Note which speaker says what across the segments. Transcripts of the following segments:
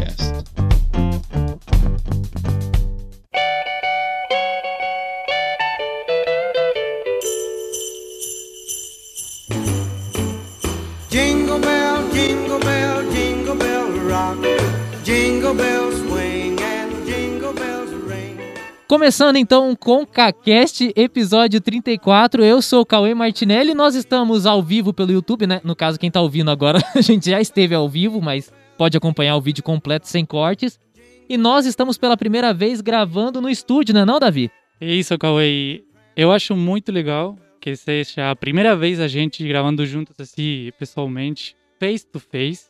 Speaker 1: ConcaCast.
Speaker 2: Jingle bell, jingle bell, jingle bell rock. Jingle bells swing and jingle bells ring.
Speaker 3: Começando então com CaCast, episódio 34. Eu sou o Cauê Martinelli. Nós estamos ao vivo pelo YouTube, né? No caso, quem tá ouvindo agora, a gente já esteve ao vivo, mas pode acompanhar o vídeo completo sem cortes. E nós estamos pela primeira vez gravando no estúdio, né, não, Davi?
Speaker 4: É isso, Cauê. Eu acho muito legal que seja a primeira vez a gente gravando juntos assim, pessoalmente, face to face.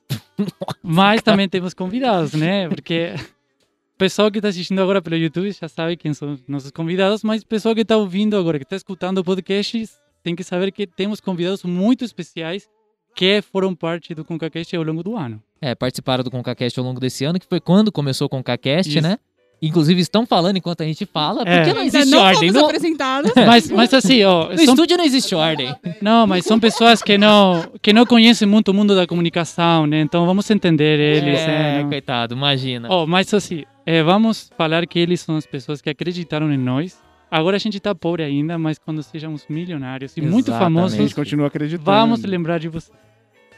Speaker 4: Mas também temos convidados, né? Porque o pessoal que está assistindo agora pelo YouTube já sabe quem são os nossos convidados, mas o pessoal que está ouvindo agora, que está escutando o podcast, tem que saber que temos convidados muito especiais que foram parte do ConcaCast ao longo do ano.
Speaker 3: É, participaram do ConcaCast ao longo desse ano, que foi quando começou o ConcaCast,
Speaker 4: Isso.
Speaker 3: né? Inclusive estão falando enquanto a gente fala,
Speaker 4: É.
Speaker 3: porque não
Speaker 5: Ainda
Speaker 3: existe
Speaker 5: não
Speaker 3: ordem.
Speaker 5: fomos
Speaker 3: No,
Speaker 5: apresentados.
Speaker 4: Mas, mas assim, ó,
Speaker 3: no
Speaker 4: são
Speaker 3: estúdio não existe ordem.
Speaker 4: Não, mas são pessoas que não que não conhecem muito o mundo da comunicação, né? Então vamos entender eles.
Speaker 3: é,
Speaker 4: né? Não.
Speaker 3: coitado, imagina.
Speaker 4: Oh, mas assim, é, vamos falar que eles são as pessoas que acreditaram em nós. Agora a gente tá pobre ainda, mas quando sejamos milionários e muito
Speaker 3: Exatamente.
Speaker 6: A gente
Speaker 4: famosos,
Speaker 6: continua acreditando.
Speaker 4: vamos lembrar de vocês.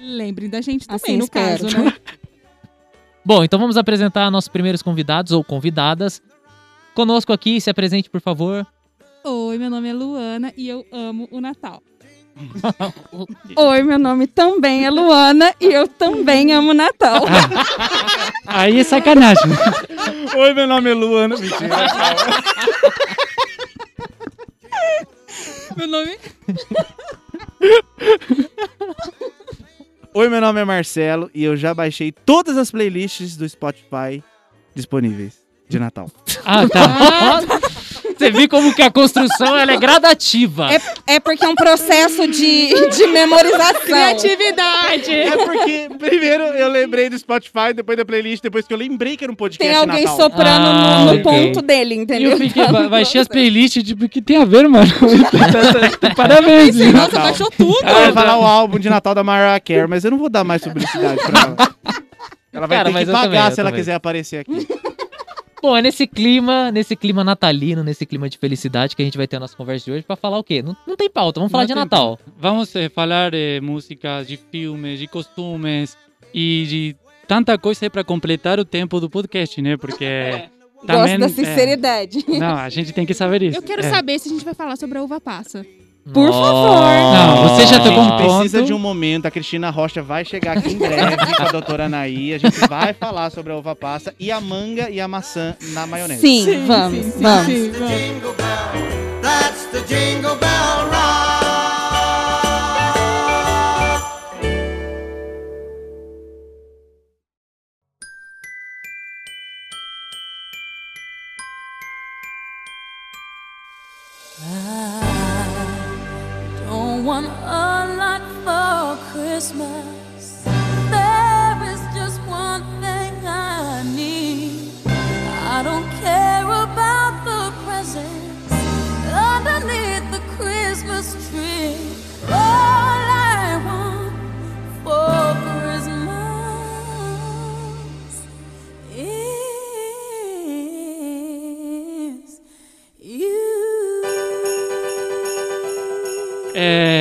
Speaker 5: Lembrem da gente também,
Speaker 7: Assim
Speaker 5: no
Speaker 7: espero.
Speaker 5: caso, né?
Speaker 3: Bom, então vamos apresentar nossos primeiros convidados ou convidadas. Conosco aqui, se apresente, por favor.
Speaker 5: Oi, meu nome é Luana e eu amo o Natal.
Speaker 7: Oi, meu nome também é Luana e eu também amo Natal.
Speaker 4: Aí é sacanagem.
Speaker 6: Oi, meu nome é Luana. Mentira.
Speaker 5: Meu nome
Speaker 6: Oi, meu nome é Marcelo e eu já baixei todas as playlists do Spotify disponíveis de Natal.
Speaker 4: ah, tá.
Speaker 3: Você viu como que a construção ela é gradativa.
Speaker 7: É, é porque é um processo de, de memorização.
Speaker 5: Criatividade!
Speaker 6: É porque primeiro eu lembrei do Spotify, depois da playlist, depois que eu lembrei que era um podcast
Speaker 7: Tem alguém
Speaker 6: Natal.
Speaker 7: soprando
Speaker 3: Ah,
Speaker 7: no, no
Speaker 3: ok.
Speaker 7: ponto dele,
Speaker 4: E
Speaker 7: entendeu?
Speaker 4: eu fiquei, ba- baixei as
Speaker 7: Nossa.
Speaker 4: playlists, tipo, o que tem a ver, mano? Parabéns.
Speaker 5: Pensei, nossa,
Speaker 6: Natal.
Speaker 5: baixou tudo!
Speaker 6: Ela vai
Speaker 3: Ah, tá.
Speaker 6: falar o álbum de Natal da Mariah Carey, mas eu não vou dar mais publicidade pra ela. Ela vai
Speaker 3: Cara,
Speaker 6: ter
Speaker 3: mas
Speaker 6: que
Speaker 3: eu
Speaker 6: pagar
Speaker 3: também, eu
Speaker 6: se ela
Speaker 3: também.
Speaker 6: quiser aparecer aqui.
Speaker 3: Bom, é nesse clima, nesse clima natalino, nesse clima de felicidade que a gente vai ter a nossa conversa de hoje pra falar o quê? Não, não tem pauta, vamos falar
Speaker 4: Não
Speaker 3: de
Speaker 4: tem
Speaker 3: Natal.
Speaker 4: Vamos eh, falar de músicas, de filmes, de costumes e de tanta coisa para completar o tempo do podcast, né? Porque
Speaker 7: Gosto
Speaker 4: também
Speaker 7: da
Speaker 4: é,
Speaker 7: sinceridade.
Speaker 4: não, a gente tem que saber isso.
Speaker 5: Eu quero
Speaker 4: É.
Speaker 5: saber se a gente vai falar sobre a uva passa.
Speaker 7: Por favor.
Speaker 3: Ah,
Speaker 4: Não, você já tocou um
Speaker 6: A gente precisa
Speaker 4: ponto.
Speaker 6: de um momento. A Cristina Rocha vai chegar aqui em breve com a doutora Anaí. A gente vai falar sobre a uva passa e a manga e a maçã na maionese.
Speaker 7: Sim, vamos, vamos.
Speaker 5: sim, vamos.
Speaker 2: Jingle bell, that's the jingle bell rock.
Speaker 8: Don't want a lot for Christmas. There is just one thing I need. I don't care about the presents underneath the Christmas tree. All I want for Christmas is you.
Speaker 4: É,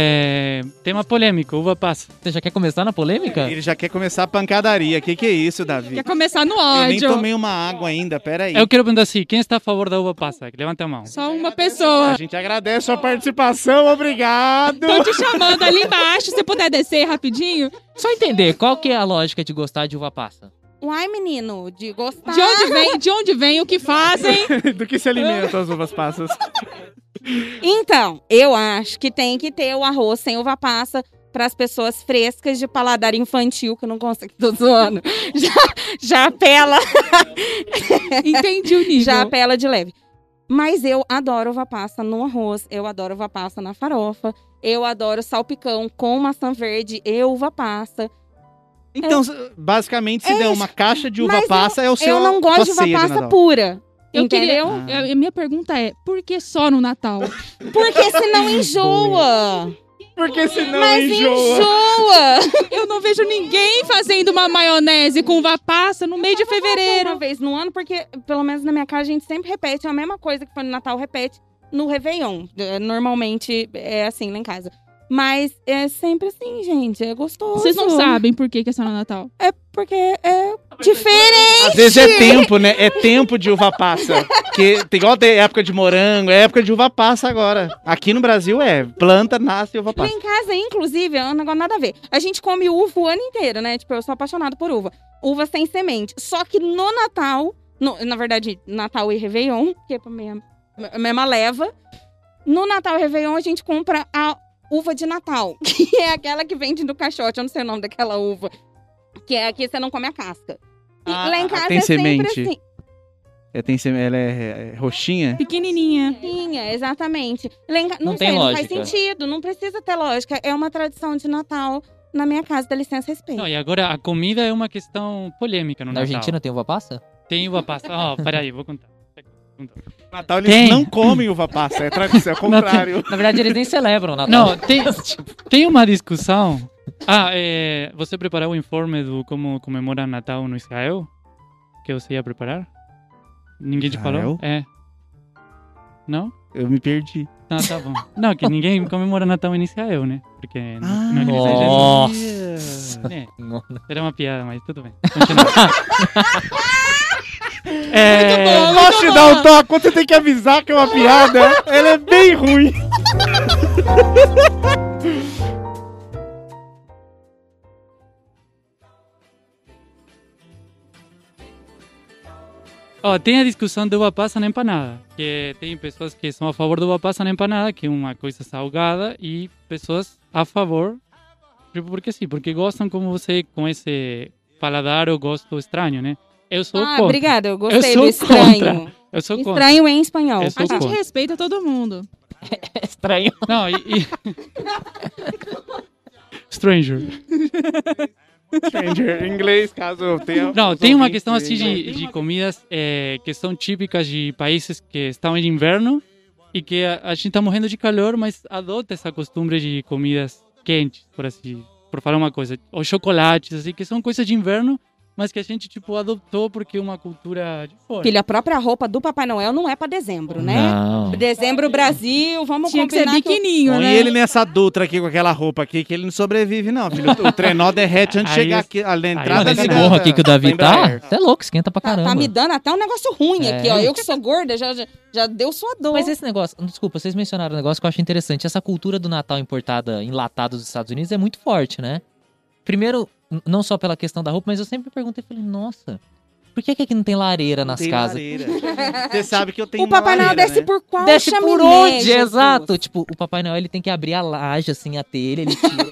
Speaker 4: Eh, tema polêmico, uva passa.
Speaker 3: Você já quer começar na polêmica?
Speaker 6: Ele já quer começar a pancadaria. Que que é isso, Davi?
Speaker 5: Quer começar no
Speaker 6: Eu nem
Speaker 5: ódio.
Speaker 6: tomei uma água ainda, peraí.
Speaker 4: Eu quero perguntar assim, quem está a favor da uva passa? Levanta a mão.
Speaker 5: Só uma pessoa.
Speaker 6: A gente agradece a sua participação, obrigado!
Speaker 5: Estão te chamando ali embaixo, se puder descer rapidinho.
Speaker 3: Só entender, qual que é a lógica de gostar de uva passa?
Speaker 7: Uai, menino, de gostar.
Speaker 5: De onde vem, de onde vem, o que fazem?
Speaker 6: Do que se alimentam as uvas passas?
Speaker 7: Então, eu acho que tem que ter o arroz sem uva passa para as pessoas frescas de paladar infantil que não conseguem. Tô zoando. Já, já apela,
Speaker 5: Entendi o nível.
Speaker 7: já apela de leve. Mas eu adoro uva passa no arroz, eu adoro uva passa na farofa, eu adoro salpicão com maçã verde e uva passa.
Speaker 6: Então, basicamente, se
Speaker 7: É
Speaker 6: der
Speaker 7: isso.
Speaker 6: uma caixa de uva
Speaker 7: Mas eu-
Speaker 6: passa, é o seu
Speaker 7: eu não gosto
Speaker 6: sua
Speaker 7: de uva
Speaker 6: ceia
Speaker 7: passa
Speaker 6: Natal.
Speaker 7: pura.
Speaker 5: Eu queria.
Speaker 7: entendeu?
Speaker 5: eu- a minha pergunta é: por que só no Natal?
Speaker 7: Porque senão enjoa.
Speaker 6: Porque senão
Speaker 7: Mas
Speaker 6: enjoa.
Speaker 7: enjoa!
Speaker 5: Eu não vejo ninguém fazendo uma maionese com vapassa no meio de
Speaker 7: Uma
Speaker 5: fevereiro.
Speaker 7: vez no ano, porque pelo menos na minha casa a gente sempre repete é a mesma coisa que foi no Natal, repete no Réveillon. Eh, Normalmente é assim lá em casa. Mas é sempre assim, gente. É gostoso.
Speaker 5: Vocês não sabem por que, que é só no Natal.
Speaker 7: É porque é diferente.
Speaker 6: Às vezes é tempo, né? É tempo de uva passa. Porque tem igual tem época de morango, é época de uva passa agora. Aqui no Brasil é planta, nasce uva
Speaker 7: Lá
Speaker 6: passa.
Speaker 7: em casa, inclusive, é um negócio nada a ver. A gente come uva o ano inteiro, né? Tipo, eu sou apaixonada por uva. Uva sem semente. Só que no Natal, no- na verdade, Natal e Réveillon, que é a mesma, a mesma leva. No Natal e Réveillon, a gente compra a uva de Natal, que é aquela que vende do caixote. Eu não sei o nome daquela uva. Que é a que você não come a casca. E
Speaker 6: Ah,
Speaker 7: lá
Speaker 6: ah,
Speaker 7: em casa
Speaker 6: tem
Speaker 7: é sempre
Speaker 6: semente.
Speaker 7: assim.
Speaker 6: É, tem, seme- ela é, é roxinha.
Speaker 5: Pequenininha.
Speaker 7: Tinha, é, exatamente. Lá em ca- Não,
Speaker 3: Não
Speaker 7: sei,
Speaker 3: tem
Speaker 7: não
Speaker 3: lógica.
Speaker 7: faz sentido, não precisa ter lógica. É uma tradição de Natal na minha casa, dá licença, respeito.
Speaker 4: Não, e agora a comida é uma questão polêmica no
Speaker 3: Na
Speaker 4: Natal.
Speaker 3: Argentina tem uva passa?
Speaker 4: Tem uva Oh, passa. Ó, peraí, vou contar.
Speaker 6: Natal eles
Speaker 4: Tem.
Speaker 6: não comem uva passa, é tradição, é o contrário.
Speaker 3: Na verdade, eles nem celebram o Natal.
Speaker 4: Não, tem, tem uma discussão. Ah, é, você preparou o informe do como comemora Natal no Israel? Que você ia preparar? Ninguém te falou?
Speaker 6: Israel?
Speaker 4: É. Não?
Speaker 6: Eu me perdi.
Speaker 4: Não, tá bom. Não, que ninguém comemora Natal em Israel, né? Porque não, não é que
Speaker 3: Ah.
Speaker 4: seja-
Speaker 3: Nossa.
Speaker 4: É,
Speaker 3: Não.
Speaker 4: era uma piada, mas tudo bem. Continua. é,
Speaker 5: Muito
Speaker 6: Posso te
Speaker 5: bom.
Speaker 6: dar um toque? Quando Você tem que avisar que é uma piada. Ela é bem ruim.
Speaker 4: ó, tem a discussão do uva passa na empanada. Que tem pessoas que são a favor do uva passa na empanada, que é uma coisa salgada, e pessoas a favor, tipo, porque sim, porque gostam como você, com esse paladar ou gosto estranho, né? Eu sou
Speaker 7: ah,
Speaker 4: contra.
Speaker 7: obrigada, eu gostei
Speaker 4: sou
Speaker 7: do estranho.
Speaker 4: contra. Eu sou contra.
Speaker 7: Estranho em espanhol. Ah, tá.
Speaker 4: Eu
Speaker 5: A
Speaker 4: sou
Speaker 5: gente
Speaker 4: contra.
Speaker 5: respeita todo mundo.
Speaker 3: É estranho.
Speaker 4: Não, e... e- Stranger.
Speaker 6: Stranger, em inglês, caso eu tenha.
Speaker 4: Não,
Speaker 6: os
Speaker 4: tem uma
Speaker 6: ouvintes
Speaker 4: questão assim
Speaker 6: aí.
Speaker 4: de, de comidas eh, que são típicas de países que estão em inverno e que a, a gente tá morrendo de calor, mas adota essa costumbre de comidas quentes, por assim, por falar uma coisa, ou chocolates, assim, que são coisas de inverno, mas que a gente tipo adoptou porque é uma cultura de fora.
Speaker 7: Filha, a própria roupa do Papai Noel não é pra dezembro, né?
Speaker 3: Não.
Speaker 7: Dezembro, Brasil, vamos
Speaker 5: Tinha que ser
Speaker 7: combinar eu-
Speaker 5: biquininho,
Speaker 6: Põe
Speaker 5: né?
Speaker 6: ele nessa Dutra aqui com aquela roupa aqui, que ele não sobrevive, não, filho. O trenó derrete antes de
Speaker 4: Aí
Speaker 6: chegar
Speaker 4: esse-
Speaker 6: aqui, a na entrada é
Speaker 3: Mano,
Speaker 4: Nada
Speaker 3: esse
Speaker 6: ali da-
Speaker 3: morro aqui que o Davi
Speaker 6: da Embraer.
Speaker 3: tá, você é louco, esquenta pra
Speaker 7: Tá,
Speaker 3: caramba.
Speaker 7: tá me dando até um negócio ruim
Speaker 3: É.
Speaker 7: aqui, ó. Eu que sou gorda, já, já, já deu sua dor.
Speaker 3: Mas esse negócio, desculpa, vocês mencionaram um negócio que eu acho interessante. Essa cultura do Natal importada, enlatada dos Estados Unidos é muito forte, né? Primeiro, n- não só pela questão da roupa, mas eu sempre me perguntei, falei, nossa, por que, que aqui não tem lareira Tá nas
Speaker 6: Tem
Speaker 3: casas?
Speaker 6: lareira. Você sabe que eu tenho
Speaker 7: o Papai
Speaker 6: uma
Speaker 7: Noel
Speaker 6: lareira,
Speaker 7: desce
Speaker 6: é. né?
Speaker 7: por qual
Speaker 3: Desce
Speaker 7: chaminé,
Speaker 3: por onde?
Speaker 7: Jesus?
Speaker 3: Exato. Tipo, o Papai Noel ele tem que abrir a laje, assim, a telha, ele tira.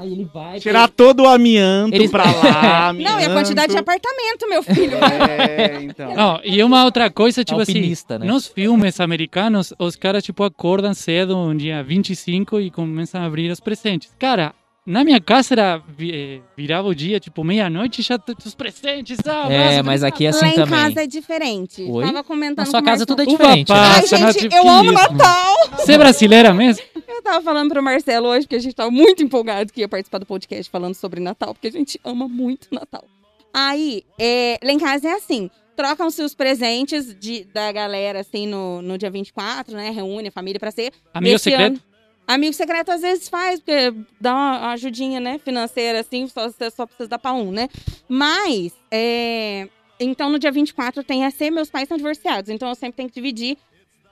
Speaker 3: aí ele vai.
Speaker 6: Tirar todo o amianto
Speaker 3: Eles-
Speaker 6: pra lá, amianto.
Speaker 7: Não, e a quantidade de
Speaker 3: é
Speaker 7: apartamento, meu filho.
Speaker 6: É, então.
Speaker 4: Não, e uma outra coisa, tipo assim,
Speaker 3: alpinista, né?
Speaker 4: nos filmes americanos, os caras, tipo, acordam cedo, um dia 25, e começam a abrir os presentes. Cara, na minha casa era, vi- eh, virava o dia, tipo, meia-noite, já t- os presentes, ah,
Speaker 3: É, mas aqui é assim
Speaker 7: Lá em
Speaker 3: também.
Speaker 7: casa é diferente.
Speaker 3: Oi?
Speaker 7: Tava
Speaker 3: Na
Speaker 7: comentando
Speaker 3: sua
Speaker 7: com o
Speaker 3: casa
Speaker 7: Marcelo.
Speaker 3: tudo é
Speaker 4: Uva
Speaker 3: diferente. né?
Speaker 4: passa.
Speaker 7: Ai,
Speaker 4: Nossa,
Speaker 7: gente,
Speaker 4: Nath,
Speaker 7: eu
Speaker 4: que isso?
Speaker 7: amo Natal!
Speaker 4: Você é brasileira mesmo?
Speaker 7: Eu tava falando pro Marcelo hoje que a gente tava muito empolgado que ia participar do podcast falando sobre Natal, porque a gente ama muito Natal. Aí, é, lá em casa é assim: trocam-se os presentes de- da galera, assim, no, no dia 24, né? Reúne a família pra ser.
Speaker 4: Amigo
Speaker 7: Nesse
Speaker 4: secreto?
Speaker 7: ano- Amigo secreto às vezes faz, porque dá uma ajudinha, né, financeira, assim, só, você só precisa dar pra um, né? Mas, é, então no dia 24 tem a ser, meus pais são divorciados, então eu sempre tenho que dividir.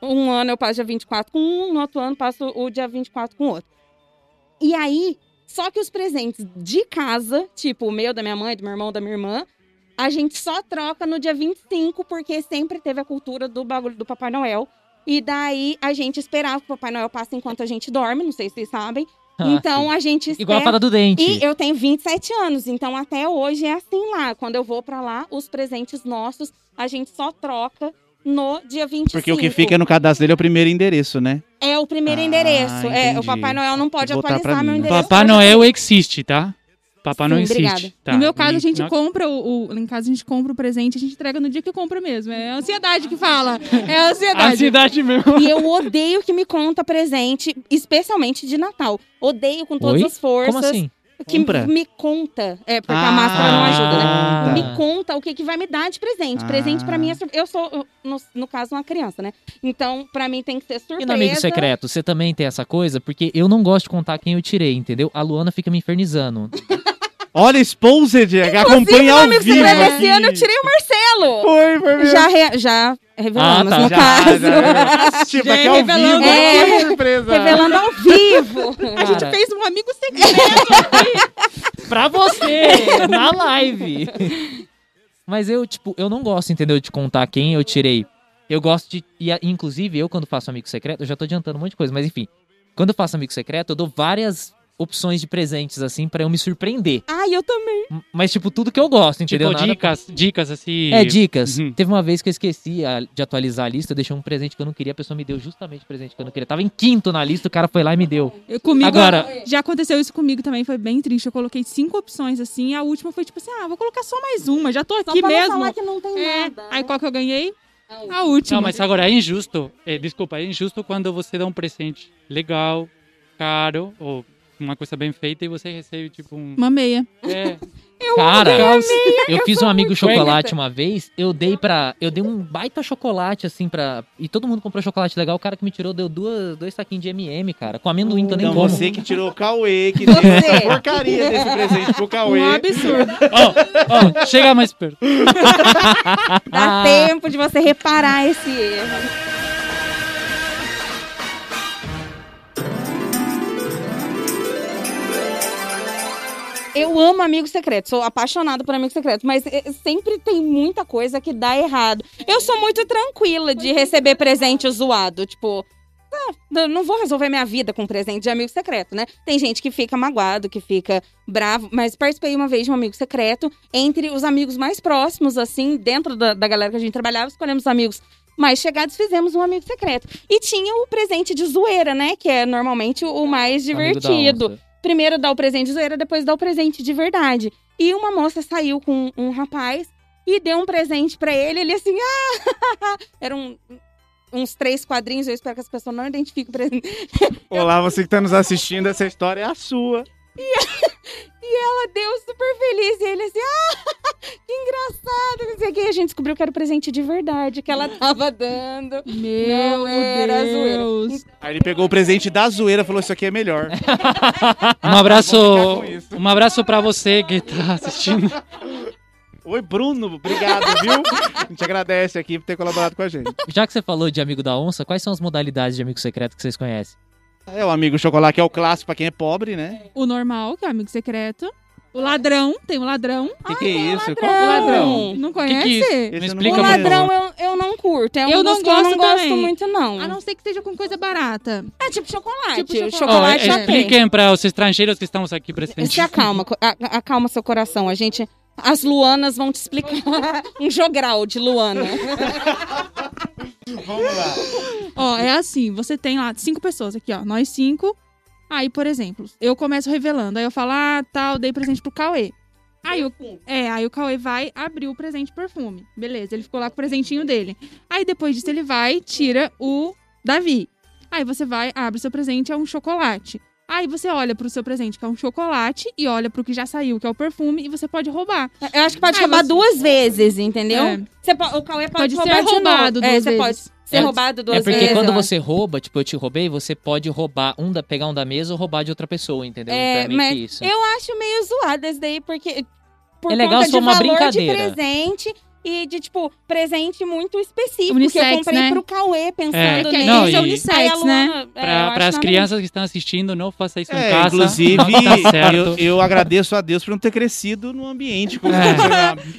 Speaker 7: Um ano eu passo dia 24 com um, no outro ano passo o dia 24 com o outro. E aí, só que os presentes de casa, tipo o meu, da minha mãe, do meu irmão, da minha irmã, a gente só troca no dia 25, porque sempre teve a cultura do bagulho do Papai Noel. E daí a gente esperava que o Papai Noel passe enquanto a gente dorme, não sei se vocês sabem.
Speaker 3: Ah,
Speaker 7: então a gente espera.
Speaker 3: Igual a fada do dente.
Speaker 7: E eu tenho 27 anos, então até hoje é assim lá. Quando eu vou pra lá, os presentes nossos a gente só troca no dia 25.
Speaker 6: Porque o
Speaker 3: assim,
Speaker 6: que fica no cadastro dele é o primeiro endereço, né?
Speaker 7: é o primeiro
Speaker 6: Ah,
Speaker 7: endereço. É, o
Speaker 6: entendi.
Speaker 7: Papai Noel não pode
Speaker 6: Vou botar pra
Speaker 7: atualizar
Speaker 6: mim,
Speaker 7: meu
Speaker 6: né?
Speaker 7: endereço.
Speaker 4: Papai Noel existe, tá? Papai não
Speaker 7: Sim,
Speaker 4: insiste.
Speaker 7: obrigada.
Speaker 4: Tá,
Speaker 5: no meu caso,
Speaker 4: e
Speaker 5: a gente
Speaker 4: nós-
Speaker 5: compra o, o- Em casa a gente compra o presente, a gente entrega no dia que compra mesmo. É a ansiedade que fala. É a
Speaker 4: A
Speaker 5: ansiedade.
Speaker 4: cidade mesmo.
Speaker 7: E eu odeio que me conta presente, especialmente de Natal. Odeio com todas
Speaker 3: Oi?
Speaker 7: as forças.
Speaker 3: Como assim?
Speaker 7: Que
Speaker 6: Compra?
Speaker 7: me conta. É, porque
Speaker 6: Ah,
Speaker 7: a máscara não ajuda, né?
Speaker 6: Ah,
Speaker 7: Me conta o que, que vai me dar de presente. Presente pra mim é surpresa. Eu sou, eu, no, no caso, uma criança, né? Então, pra mim tem que ser surpresa.
Speaker 3: E no Amigo Secreto, você também tem essa coisa? Porque eu não gosto de contar quem eu tirei, entendeu? A Luana fica me infernizando.
Speaker 6: Olha, Exposed, acompanha ao
Speaker 7: Amigo
Speaker 6: vivo.
Speaker 7: Secreto,
Speaker 6: aqui.
Speaker 7: esse ano eu tirei o Marcelo!
Speaker 6: Foi, foi mesmo.
Speaker 7: Já, re- já revelamos,
Speaker 3: Ah, tá.
Speaker 7: no
Speaker 6: Já,
Speaker 7: caso.
Speaker 6: já, já. Tipo,
Speaker 5: Já
Speaker 6: aqui ao vivo, né?
Speaker 5: revelando
Speaker 7: aqui.
Speaker 6: aqui, surpresa.
Speaker 7: Revelando ao vivo.
Speaker 5: A gente
Speaker 3: Cara.
Speaker 5: fez um amigo secreto.
Speaker 3: pra você, na live. Mas eu, tipo, eu não gosto, entendeu, de contar quem eu tirei. Eu gosto de. E, a- inclusive, eu, quando faço amigo secreto, eu já tô adiantando um monte de coisa, mas enfim. Quando eu faço amigo secreto, eu dou várias opções de presentes, assim, pra eu me surpreender.
Speaker 7: Ai, eu também.
Speaker 3: M- Mas, tipo, tudo que eu gosto, entendeu?
Speaker 4: Tipo,
Speaker 3: Nada-
Speaker 4: dicas, dicas assim.
Speaker 3: É, dicas.
Speaker 4: Uhum.
Speaker 3: Teve uma vez que eu esqueci a- de atualizar a lista, eu deixei um presente que eu não queria, a pessoa me deu justamente o presente que eu não queria. Tava em quinto na lista, o cara foi lá e me deu.
Speaker 5: Eu- Comigo,
Speaker 3: Agora-
Speaker 5: já aconteceu isso comigo também, foi bem triste. Eu coloquei cinco opções assim, e a última foi tipo assim: ah, vou colocar só mais uma, já tô
Speaker 7: Só
Speaker 5: aqui
Speaker 7: pra não
Speaker 5: mesmo.
Speaker 7: falar que não tem
Speaker 5: É.
Speaker 7: nada. né?
Speaker 5: Aí qual que eu ganhei?
Speaker 7: Não.
Speaker 5: A última.
Speaker 4: Não, mas agora é injusto. É, desculpa, é injusto quando você dá um presente legal, caro, ou uma coisa bem feita e você recebe, tipo, um.
Speaker 5: Uma meia.
Speaker 4: É,
Speaker 3: Cara,
Speaker 4: caos.
Speaker 3: eu fiz um amigo chocolate
Speaker 4: Cueca.
Speaker 3: uma vez, eu dei para, eu dei um baita chocolate assim pra. e todo mundo comprou chocolate legal, o cara que me tirou deu duas, dois saquinhos de MM, cara, com amendoim que eu nem
Speaker 6: Então
Speaker 3: como.
Speaker 6: você que tirou o Cauê, que
Speaker 7: Você.
Speaker 6: deu essa porcaria desse presente pro Cauê.
Speaker 4: é.
Speaker 5: Um absurdo.
Speaker 4: Ó, chega mais perto.
Speaker 7: Dá
Speaker 3: Ah.
Speaker 7: tempo de você reparar esse erro. Eu amo amigo secreto, sou apaixonada por amigo secreto, mas eh, sempre tem muita coisa que dá errado. Eu sou muito tranquila de receber presente zoado, tipo, ah, eu não vou resolver minha vida com presente de amigo secreto, né? Tem gente que fica magoado, que fica bravo, mas participei uma vez de um amigo secreto entre os amigos mais próximos, assim, dentro da, da galera que a gente trabalhava, escolhemos os amigos mais chegados, fizemos um amigo secreto. E tinha o presente de zoeira, né? Que é normalmente o mais
Speaker 3: Amigo da
Speaker 7: divertido.
Speaker 3: onça.
Speaker 7: Primeiro dá o presente de zoeira, depois dá o presente de verdade. E uma moça saiu com um rapaz e deu um presente pra ele, ele assim, ah! Era um- Uns três quadrinhos, eu espero que as pessoas não identifiquem o presente.
Speaker 6: Olá, você que tá nos assistindo, essa história é a sua.
Speaker 7: Ela deu super feliz. E ele assim, ah, que engraçado. Não sei o que. E a gente descobriu que era o presente de verdade que ela tava dando.
Speaker 5: Meu
Speaker 7: era zoeira.
Speaker 5: Deus.
Speaker 6: Aí ele pegou o presente da zoeira e falou, isso aqui é melhor.
Speaker 4: Um abraço.
Speaker 6: Vou ficar com isso.
Speaker 4: Um abraço pra você que tá assistindo.
Speaker 6: Oi, Bruno, obrigado, viu? A gente agradece aqui por ter colaborado com a gente.
Speaker 3: Já que você falou de amigo da onça, quais são as modalidades de amigo secreto que vocês conhecem?
Speaker 6: É o amigo chocolate, que é o clássico pra quem é pobre, né?
Speaker 5: O normal, que é o amigo secreto. O ladrão, tem o ladrão.
Speaker 6: O que, que é isso?
Speaker 7: ladrão.
Speaker 5: Não
Speaker 4: que é
Speaker 5: conhece?
Speaker 6: Esse
Speaker 4: Me
Speaker 6: eu não
Speaker 4: explica,
Speaker 7: O
Speaker 4: Fica por
Speaker 7: ladrão eu, eu não curto. É um
Speaker 5: Eu
Speaker 7: dos
Speaker 5: não
Speaker 7: que eu não
Speaker 5: gosto
Speaker 7: gosto
Speaker 5: também.
Speaker 7: muito, não.
Speaker 5: A não ser que seja com coisa barata.
Speaker 7: É tipo chocolate.
Speaker 4: Ó,
Speaker 5: Tipo chocolate.
Speaker 7: O
Speaker 4: é,
Speaker 7: chocolate já tem.
Speaker 4: expliquem para os estrangeiros que estamos aqui presentes.
Speaker 3: tipo
Speaker 7: Se acalma, co- a- acalma seu coração. A gente... As Luanas vão te explicar. um jogral de Luana.
Speaker 6: Vamos lá.
Speaker 5: Ó, é assim, você tem lá cinco pessoas aqui, ó. Nós cinco. Aí, por exemplo, eu começo revelando. Aí eu falo, ah, tal, dei presente pro Cauê. Aí o, é, aí o Cauê vai abrir o presente perfume. Beleza, ele ficou lá com o presentinho dele. Aí depois disso ele vai, tira o Davi. Aí você vai, abre o seu presente, é um chocolate. Aí você olha pro seu presente, que é um chocolate, e olha pro que já saiu, que é o perfume, e você pode roubar.
Speaker 7: Eu acho que pode
Speaker 5: Ah,
Speaker 7: roubar
Speaker 5: você-
Speaker 7: duas vezes, entendeu?
Speaker 5: É.
Speaker 7: Você po- O Cauê pode,
Speaker 5: Pode,
Speaker 7: roubar
Speaker 5: ser
Speaker 7: de novo.
Speaker 5: roubado
Speaker 7: É,
Speaker 5: duas
Speaker 7: você
Speaker 5: vezes.
Speaker 7: pode ser
Speaker 3: É,
Speaker 7: roubado duas
Speaker 3: é porque
Speaker 7: vezes.
Speaker 3: quando
Speaker 7: eu acho.
Speaker 3: você rouba, tipo, eu te roubei, você pode roubar um da, pegar um da mesa ou roubar de outra pessoa, entendeu? então,
Speaker 7: É,
Speaker 3: é meio
Speaker 7: mas
Speaker 3: que isso.
Speaker 7: eu acho meio zoado esse daí, porque. Por
Speaker 3: É legal
Speaker 7: conta
Speaker 3: se
Speaker 7: de
Speaker 3: for uma
Speaker 7: valor
Speaker 3: brincadeira.
Speaker 7: de presente e de, tipo, presente muito específico. que eu
Speaker 5: Unissex,
Speaker 7: comprei
Speaker 5: né?
Speaker 7: pro Cauê
Speaker 4: É,
Speaker 7: pensando
Speaker 5: que
Speaker 7: nele.
Speaker 4: não, e-
Speaker 5: esse é
Speaker 7: Aí a
Speaker 5: unissex, né?
Speaker 7: Luana, é, eu acho
Speaker 4: Para as
Speaker 7: nada-
Speaker 4: crianças que estão assistindo, não faça isso em
Speaker 6: É,
Speaker 4: casa.
Speaker 6: inclusive,
Speaker 4: não tá certo.
Speaker 6: eu, eu agradeço a Deus por não ter crescido num ambiente como
Speaker 4: É.
Speaker 6: esse,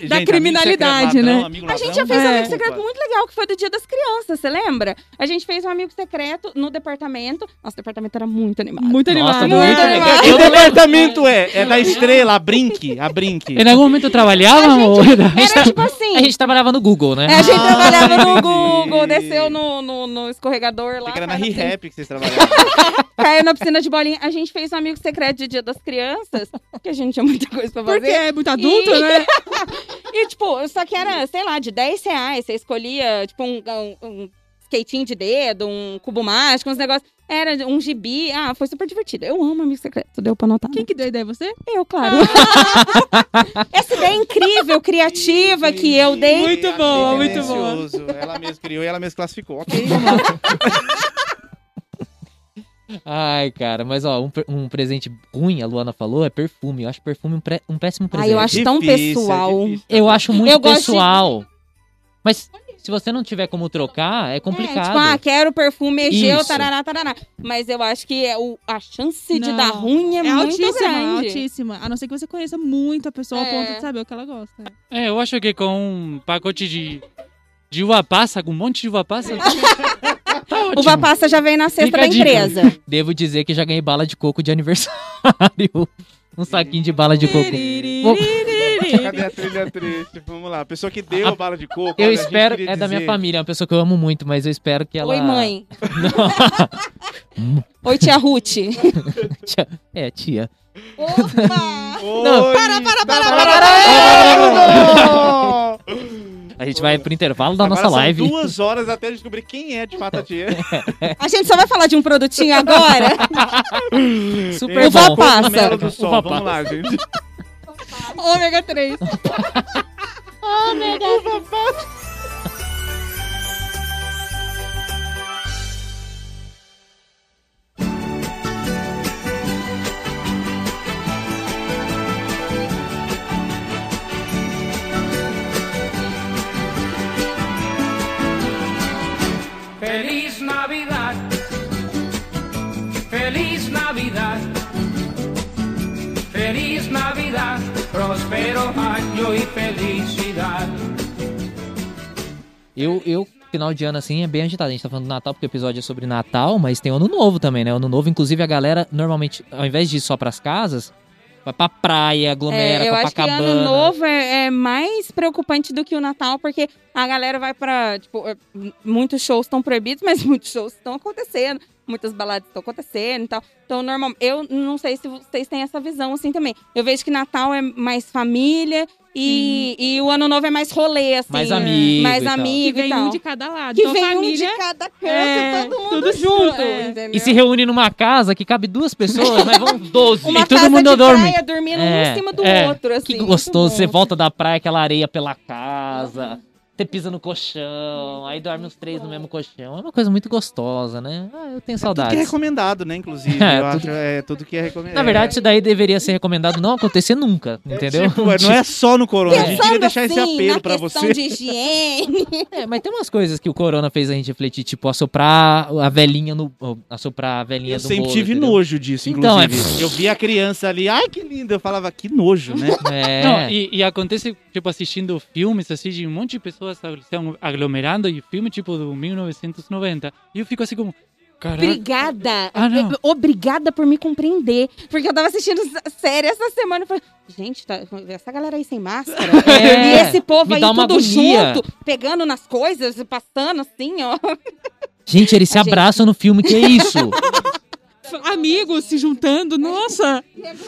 Speaker 6: né?
Speaker 5: Da
Speaker 6: amigo
Speaker 5: criminalidade,
Speaker 6: secreto,
Speaker 5: né?
Speaker 6: amigo
Speaker 7: A
Speaker 6: ladrão,
Speaker 7: gente já fez um
Speaker 5: É.
Speaker 7: amigo secreto muito legal, que foi do Dia das Crianças, você lembra? A gente fez um amigo secreto no departamento. Nossa, o departamento era muito animado.
Speaker 5: Muito
Speaker 3: Nossa,
Speaker 5: animado.
Speaker 3: muito
Speaker 5: né?
Speaker 3: animado.
Speaker 6: É, Que departamento é? É da estrela, a Brinque, a Brinque.
Speaker 3: É
Speaker 4: Em algum momento trabalhavam? ou era-
Speaker 7: Era tipo assim.
Speaker 3: A gente trabalhava no Google, né?
Speaker 7: É, a gente
Speaker 6: Ah,
Speaker 7: trabalhava no
Speaker 6: entendi.
Speaker 7: Google, desceu no, no, no escorregador
Speaker 6: Achei
Speaker 7: lá.
Speaker 6: que era na
Speaker 7: faz assim.
Speaker 6: Re-Rap que vocês trabalhavam.
Speaker 7: Caiu na piscina de bolinha. A gente fez um amigo secreto de Dia das Crianças, porque a gente tinha muita coisa pra fazer.
Speaker 5: Porque é muito adulto,
Speaker 7: E-
Speaker 5: né?
Speaker 7: E, tipo, só que era, sei lá, de 10 reais. Você escolhia, tipo, um, um, um skatinho de dedo, um cubo mágico, uns negócios. Era um gibi. Ah, foi super divertido. Eu amo Amigo Secreto, deu pra notar.
Speaker 5: Quem que deu a ideia? Você?
Speaker 7: Eu, claro. Essa ideia incrível, criativa que eu dei. É, tipo,
Speaker 5: Muito boa, muito boa.
Speaker 6: Delicioso. Ela mesma criou e ela mesma classificou. Ok.
Speaker 3: Ai, cara, mas ó, um, pre- um presente ruim, a Luana falou, é perfume. Eu acho perfume um, pré- um péssimo
Speaker 7: Ai,
Speaker 3: presente.
Speaker 7: eu acho tão
Speaker 6: Difícil, é
Speaker 7: pessoal.
Speaker 6: difícil.
Speaker 3: Eu acho muito
Speaker 7: Eu gosto de-
Speaker 3: pessoal. Mas se você não tiver como trocar, é
Speaker 7: É,
Speaker 3: complicado.
Speaker 7: tipo, ah, quero perfume Egeu,
Speaker 3: Isso.
Speaker 7: tarará, tarará. Mas eu acho que é o, a chance de
Speaker 5: Não.
Speaker 7: dar ruim é,
Speaker 5: É,
Speaker 7: muito
Speaker 5: altíssima,
Speaker 7: grande.
Speaker 5: altíssima. A não ser que você conheça muito a pessoa
Speaker 7: É.
Speaker 5: ao ponto de saber o que ela gosta.
Speaker 4: É, eu acho que com um pacote de, de uva passa, com um monte de uva passa.
Speaker 7: tipo,
Speaker 4: tá ótimo.
Speaker 7: Uva passa já vem na cesta
Speaker 4: Fica
Speaker 7: da
Speaker 4: a dica.
Speaker 7: empresa.
Speaker 3: Devo dizer que já ganhei bala de coco de aniversário. um saquinho de bala de coco.
Speaker 6: Cadê a trilha triste? Vamos lá. A pessoa que deu a bala de coco.
Speaker 3: Eu
Speaker 6: olha, a gente
Speaker 3: espero.
Speaker 6: queria
Speaker 3: É da minha
Speaker 6: dizer-
Speaker 3: família, é uma pessoa que eu amo muito, mas eu espero que ela.
Speaker 7: Oi, mãe. Oi, tia Ruth.
Speaker 3: Tia- É, tia.
Speaker 7: Opa!
Speaker 6: Oi, para, para, para,
Speaker 3: A gente vai pro intervalo da Tá nossa
Speaker 6: Agora são
Speaker 3: live.
Speaker 6: duas horas até descobrir quem é de fato a tia.
Speaker 7: A gente só vai falar de um produtinho agora?
Speaker 3: Super
Speaker 7: Uva
Speaker 3: bom.
Speaker 7: passa.
Speaker 6: Cogumelo um do sol.
Speaker 3: Uva
Speaker 6: Vamos lá, gente.
Speaker 5: Ômega 3.
Speaker 1: Feliz Navidad, feliz Navidad, feliz Navidad, próspero año y felicidad.
Speaker 3: Eu, eu, final de ano assim, é bem agitado. A gente tá falando do Natal porque o episódio é sobre Natal, mas tem Ano Novo também, né? Ano Novo, inclusive, a galera normalmente, ao invés de ir só pras casas, vai pra praia, aglomera,
Speaker 7: É, eu acho que
Speaker 3: Né, Copacabana.
Speaker 7: ano novo é, é mais preocupante do que o Natal, porque a galera vai pra. Tipo, é, m- muitos shows estão proibidos, mas muitos shows estão acontecendo. Muitas baladas estão acontecendo e tal. Então, normal. Eu não sei se vocês têm essa visão assim também. Eu vejo que Natal é mais família e, e o ano novo é mais rolê, assim.
Speaker 3: Uhum. Mais amigo.
Speaker 7: mais
Speaker 3: e tal.
Speaker 5: Que
Speaker 7: amigo e
Speaker 5: vem
Speaker 7: tal.
Speaker 5: um de cada lado.
Speaker 7: que
Speaker 5: então,
Speaker 7: vem
Speaker 5: família,
Speaker 7: um de cada canto,
Speaker 5: é,
Speaker 7: todo mundo
Speaker 5: tudo
Speaker 7: junto.
Speaker 5: junto, é.
Speaker 7: entendeu?
Speaker 3: E se reúne numa casa que cabe duas pessoas, mas vão 12.
Speaker 7: Uma
Speaker 3: e todo
Speaker 7: casa
Speaker 3: mundo
Speaker 7: de
Speaker 3: dorme.
Speaker 7: praia dormindo um
Speaker 3: É,
Speaker 7: em cima do
Speaker 3: é.
Speaker 7: outro, assim.
Speaker 3: Que
Speaker 7: muito
Speaker 3: gostoso, você
Speaker 7: bom.
Speaker 3: volta da praia, aquela areia pela casa, você pisa no colchão, aí dorme os três no mesmo colchão. É uma coisa muito gostosa, né? Ah, eu tenho
Speaker 6: Tudo que é
Speaker 3: saudades.
Speaker 6: recomendado, né, inclusive.
Speaker 3: É,
Speaker 6: eu
Speaker 3: tudo-
Speaker 6: acho, é tudo que é recomendado.
Speaker 3: Na verdade, isso daí deveria ser recomendado não acontecer nunca, entendeu?
Speaker 6: Tipo, não é só no corona. a gente
Speaker 7: Pensando,
Speaker 6: queria deixar esse
Speaker 7: assim,
Speaker 6: apelo
Speaker 7: na
Speaker 6: pra
Speaker 7: questão
Speaker 6: você.
Speaker 7: de higiene.
Speaker 3: É, mas tem umas coisas que o corona fez a gente refletir, tipo assoprar a velhinha no ó, assoprar a velhinha
Speaker 6: Eu
Speaker 3: do
Speaker 6: sempre
Speaker 3: bolo,
Speaker 6: tive
Speaker 3: entendeu?
Speaker 6: nojo disso,
Speaker 3: Então,
Speaker 6: inclusive.
Speaker 3: é-
Speaker 6: Eu vi a criança ali, ai que lindo. Eu falava, que nojo, né?
Speaker 3: É.
Speaker 4: Não, e, e acontece, tipo, assistindo filmes, assim, de um monte de pessoas se aglomerando e filme, tipo, do 1990. E eu fico assim como, caraca,
Speaker 7: Obrigada.
Speaker 4: Ah, não.
Speaker 7: Obrigada por me compreender. Porque eu tava assistindo s- série essa semana e falei, gente, tá, essa galera aí sem máscara.
Speaker 3: É,
Speaker 7: e esse povo
Speaker 3: me
Speaker 7: aí
Speaker 3: dá uma
Speaker 7: tudo
Speaker 3: agonia.
Speaker 7: junto, pegando nas coisas, passando assim, ó.
Speaker 3: Gente, eles se
Speaker 7: A gente-
Speaker 3: abraçam no filme, que é isso?
Speaker 5: amigos se juntando. Nossa,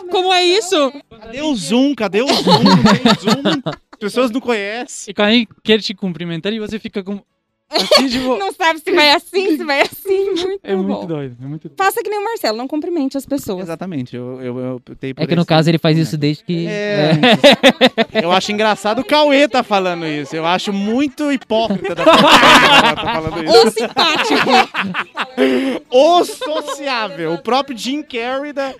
Speaker 5: como é isso?
Speaker 6: Cadê o Zoom? Cadê o Zoom? Não tem Zoom. As pessoas não conhecem.
Speaker 4: e quando alguém quer te cumprimentar e você fica como, assim, tipo,
Speaker 7: Não sabe se vai assim, se vai assim.
Speaker 6: Tá
Speaker 7: Muito
Speaker 4: é muito
Speaker 7: bom.
Speaker 4: doido, é muito doido.
Speaker 7: Faça que nem o Marcelo, não cumprimente as pessoas.
Speaker 6: Exatamente. Eu, eu, eu optei por
Speaker 3: É que no
Speaker 6: esse-
Speaker 3: caso ele faz isso desde que.
Speaker 6: É. Eu acho engraçado o Cauê tá falando isso. Eu acho muito hipócrita da pessoa que tá falando isso.
Speaker 7: Ou simpático.
Speaker 6: O sociável. O próprio Jim Carrey da...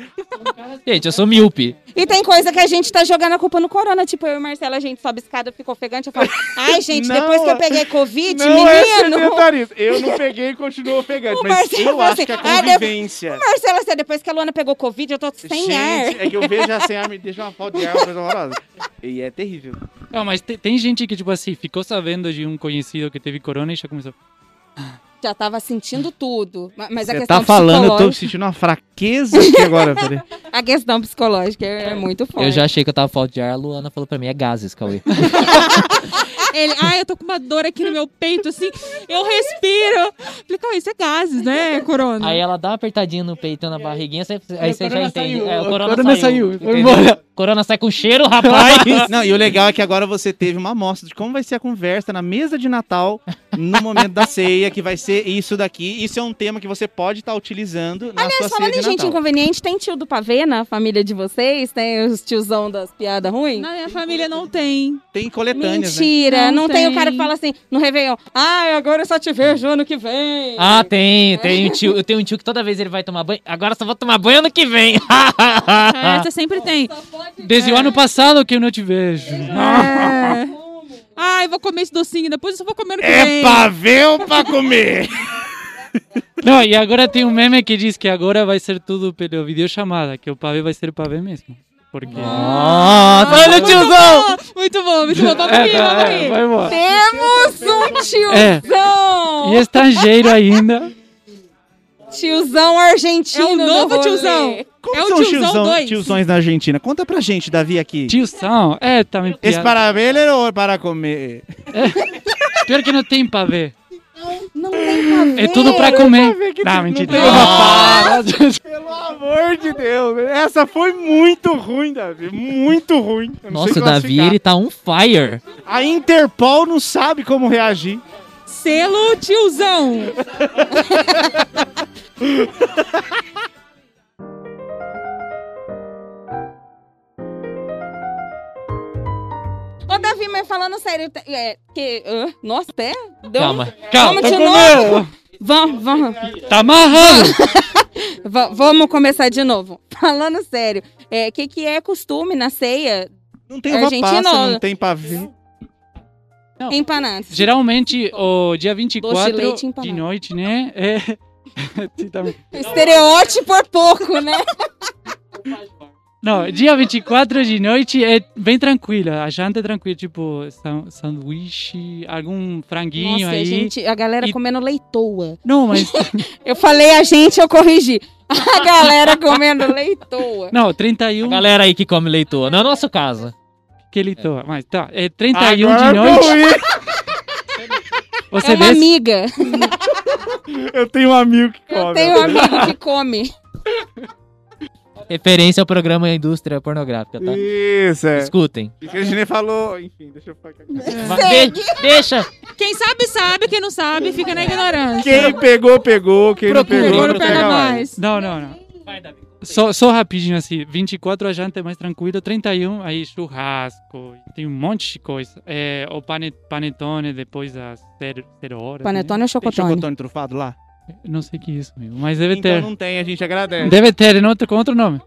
Speaker 3: Gente, eu sou míope.
Speaker 7: E tem coisa que a gente tá jogando a culpa no corona. Tipo, eu e o Marcelo, a gente sobe escada, fica ofegante. Eu falo, ai, gente,
Speaker 6: Não,
Speaker 7: depois que eu
Speaker 6: é-
Speaker 7: peguei Covid,
Speaker 6: Não é
Speaker 7: menino.
Speaker 6: sedentarismo. Eu não peguei e continuo ofegante.
Speaker 7: O
Speaker 6: Mas
Speaker 7: Marcelo
Speaker 6: eu
Speaker 7: falou
Speaker 6: acho que a
Speaker 7: assim, "Ah, deve-
Speaker 6: convivência...
Speaker 7: Marcelo, assim, depois que a Luana pegou Covid, eu tô sem
Speaker 6: Gente,
Speaker 7: ar.
Speaker 6: é que eu vejo a sem ar, me deixa uma falta de ar, uma coisa horrorosa. E é terrível.
Speaker 4: Não, mas te- tem gente que, tipo assim, ficou sabendo de um conhecido que teve corona e já começou.
Speaker 7: Já tava sentindo tudo. Ma- Mas a
Speaker 6: Você
Speaker 7: questão
Speaker 6: tá falando, eu tô
Speaker 7: psicológica.
Speaker 6: sentindo uma fraqueza aqui agora, peraí.
Speaker 7: A questão psicológica é, é muito forte.
Speaker 3: Eu já achei que eu tava falta de ar, a Luana falou pra mim, é gases, Cauê.
Speaker 5: Ele, ai, eu tô com uma dor aqui no meu peito, assim, eu respiro. Falei, calma, isso é gases, né, corona?
Speaker 3: Aí ela dá uma apertadinha no peito, na barriguinha, você- aí
Speaker 6: O
Speaker 3: você já
Speaker 6: corona
Speaker 3: entende.
Speaker 6: saiu,
Speaker 3: É,
Speaker 6: o corona saiu, foi
Speaker 3: entendeu?
Speaker 6: embora.
Speaker 3: Corona sai com cheiro, rapaz.
Speaker 6: Não, e o legal é que agora você teve uma amostra de como vai ser a conversa na mesa de Natal, no momento da ceia, que vai ser isso daqui. Isso é um tema que você pode estar utilizando na sua
Speaker 7: Aliás,
Speaker 6: ceia
Speaker 7: falando
Speaker 6: é de
Speaker 7: em gente
Speaker 6: Natal.
Speaker 7: inconveniente, tem tio do pavê na família de vocês? Tem os tiozão das piadas ruins?
Speaker 6: é
Speaker 5: Na minha família não tem.
Speaker 6: Tem coletâneas, né?
Speaker 7: Mentira,
Speaker 5: Não
Speaker 7: não, tem.
Speaker 5: tem.
Speaker 7: o cara que fala assim no Réveillon. Ah, agora eu só te vejo ano que vem.
Speaker 3: Ah, tem, tem um tio. Eu tenho um tio que toda vez ele vai tomar banho. Agora eu só vou tomar banho ano que vem.
Speaker 5: É,
Speaker 6: é
Speaker 5: Essa sempre tem.
Speaker 4: Desde o
Speaker 3: É.
Speaker 4: ano passado que eu não te vejo.
Speaker 5: É. Ai, vou comer esse docinho, depois eu só vou comer no que vem.
Speaker 6: ver ou pra comer?
Speaker 4: Não, e agora tem um meme que diz que agora vai ser tudo pelo videochamada, que o pavê vai ser pavê mesmo. Porque.
Speaker 6: Ah,
Speaker 3: Nossa, olha o tiozão!
Speaker 5: Muito bom, muito bom. Vamos rir, vamos
Speaker 4: é,
Speaker 5: rir.
Speaker 4: vai embora.
Speaker 7: Temos um tiozão!
Speaker 4: É. E estrangeiro ainda.
Speaker 7: Tiozão argentino. né,
Speaker 5: É o
Speaker 7: do
Speaker 5: novo
Speaker 7: rolê.
Speaker 5: tiozão.
Speaker 6: Como
Speaker 5: É o
Speaker 6: são os
Speaker 5: tiozão dois.
Speaker 6: tiozões na Argentina? Conta pra gente, Davi, aqui.
Speaker 4: Tio São. É, também.
Speaker 6: Esse
Speaker 4: Piada.
Speaker 6: para beber ou para comer?
Speaker 4: Pior que não tem pavê.
Speaker 7: Não tem pavê.
Speaker 4: É tudo pra comer. Não, mentira.
Speaker 6: Ah, Pelo amor de Deus, essa foi muito ruim, Davi. Muito ruim. Eu não sei
Speaker 3: Nossa, o Davi,
Speaker 6: classificar.
Speaker 3: ele tá on fire.
Speaker 6: A Interpol não sabe como reagir.
Speaker 5: Selo tiozão.
Speaker 7: Ô, Davi, mas falando sério, tá- é, que. ah, nossa, até.
Speaker 6: Então,
Speaker 7: Deu um-
Speaker 3: Calma.
Speaker 4: Calma,
Speaker 7: Vamos de novo. Vamos, vamos.
Speaker 4: tá amarrado.
Speaker 7: Va- vamos começar de novo. Falando sério, o é, que, que é costume na ceia?
Speaker 6: Não tem uva passa,
Speaker 7: Argentina,
Speaker 6: não
Speaker 7: ó.
Speaker 6: tem pavê.
Speaker 7: Empanadas.
Speaker 4: Geralmente, o dia 24
Speaker 7: Doce, leite e
Speaker 4: de
Speaker 7: empanada.
Speaker 4: noite, né? É. Tá bom.
Speaker 7: Estereótipo por pouco, né?
Speaker 4: Não, dia 24 de noite é bem tranquila. A janta é tranquila, tipo san- sanduíche, algum franguinho
Speaker 7: Nossa,
Speaker 4: aí.
Speaker 7: a gente, a galera
Speaker 4: E-
Speaker 7: comendo leitoa.
Speaker 4: Não, mas.
Speaker 7: Eu falei a gente, eu corrigi. A galera comendo leitoa.
Speaker 4: Não,
Speaker 3: A
Speaker 4: 31
Speaker 3: galera aí que come leitoa, não é o nosso caso.
Speaker 4: que ele toma. Mas tá, é 31 de
Speaker 6: Agora
Speaker 4: noite.
Speaker 6: eu tô
Speaker 4: Você
Speaker 7: É uma
Speaker 4: desce.
Speaker 7: amiga.
Speaker 6: rindo. Eu tenho um amigo que
Speaker 7: Eu
Speaker 6: come.
Speaker 7: tenho
Speaker 5: né?
Speaker 7: um amigo que come.
Speaker 3: Referência ao programa Indústria Pornográfica, tá?
Speaker 6: Isso, é.
Speaker 3: Escutem.
Speaker 6: O que a gente nem falou. Enfim, deixa eu ficar.
Speaker 3: Mas de- deixa.
Speaker 5: Quem sabe, sabe. Quem não sabe, fica na ignorância.
Speaker 6: Quem pegou, pegou. Quem não
Speaker 3: Procura,
Speaker 6: pegou,
Speaker 5: Pegou
Speaker 6: não
Speaker 5: no pé
Speaker 6: pega
Speaker 5: da
Speaker 6: mais.
Speaker 5: mais.
Speaker 4: Não, não, não. Só, só rapidinho assim, 24 a janta é mais tranquila, 31 aí churrasco, tem um monte de coisa. É, o pane- panetone depois às 0 horas.
Speaker 7: Panetone
Speaker 6: Tem
Speaker 7: ou chocotone?
Speaker 6: chocotone trufado lá?
Speaker 4: Né? Não sei o que é isso, meu, mas deve
Speaker 6: Então
Speaker 4: ter.
Speaker 6: não tem, a gente agradece.
Speaker 4: Deve ter, não, com outro nome.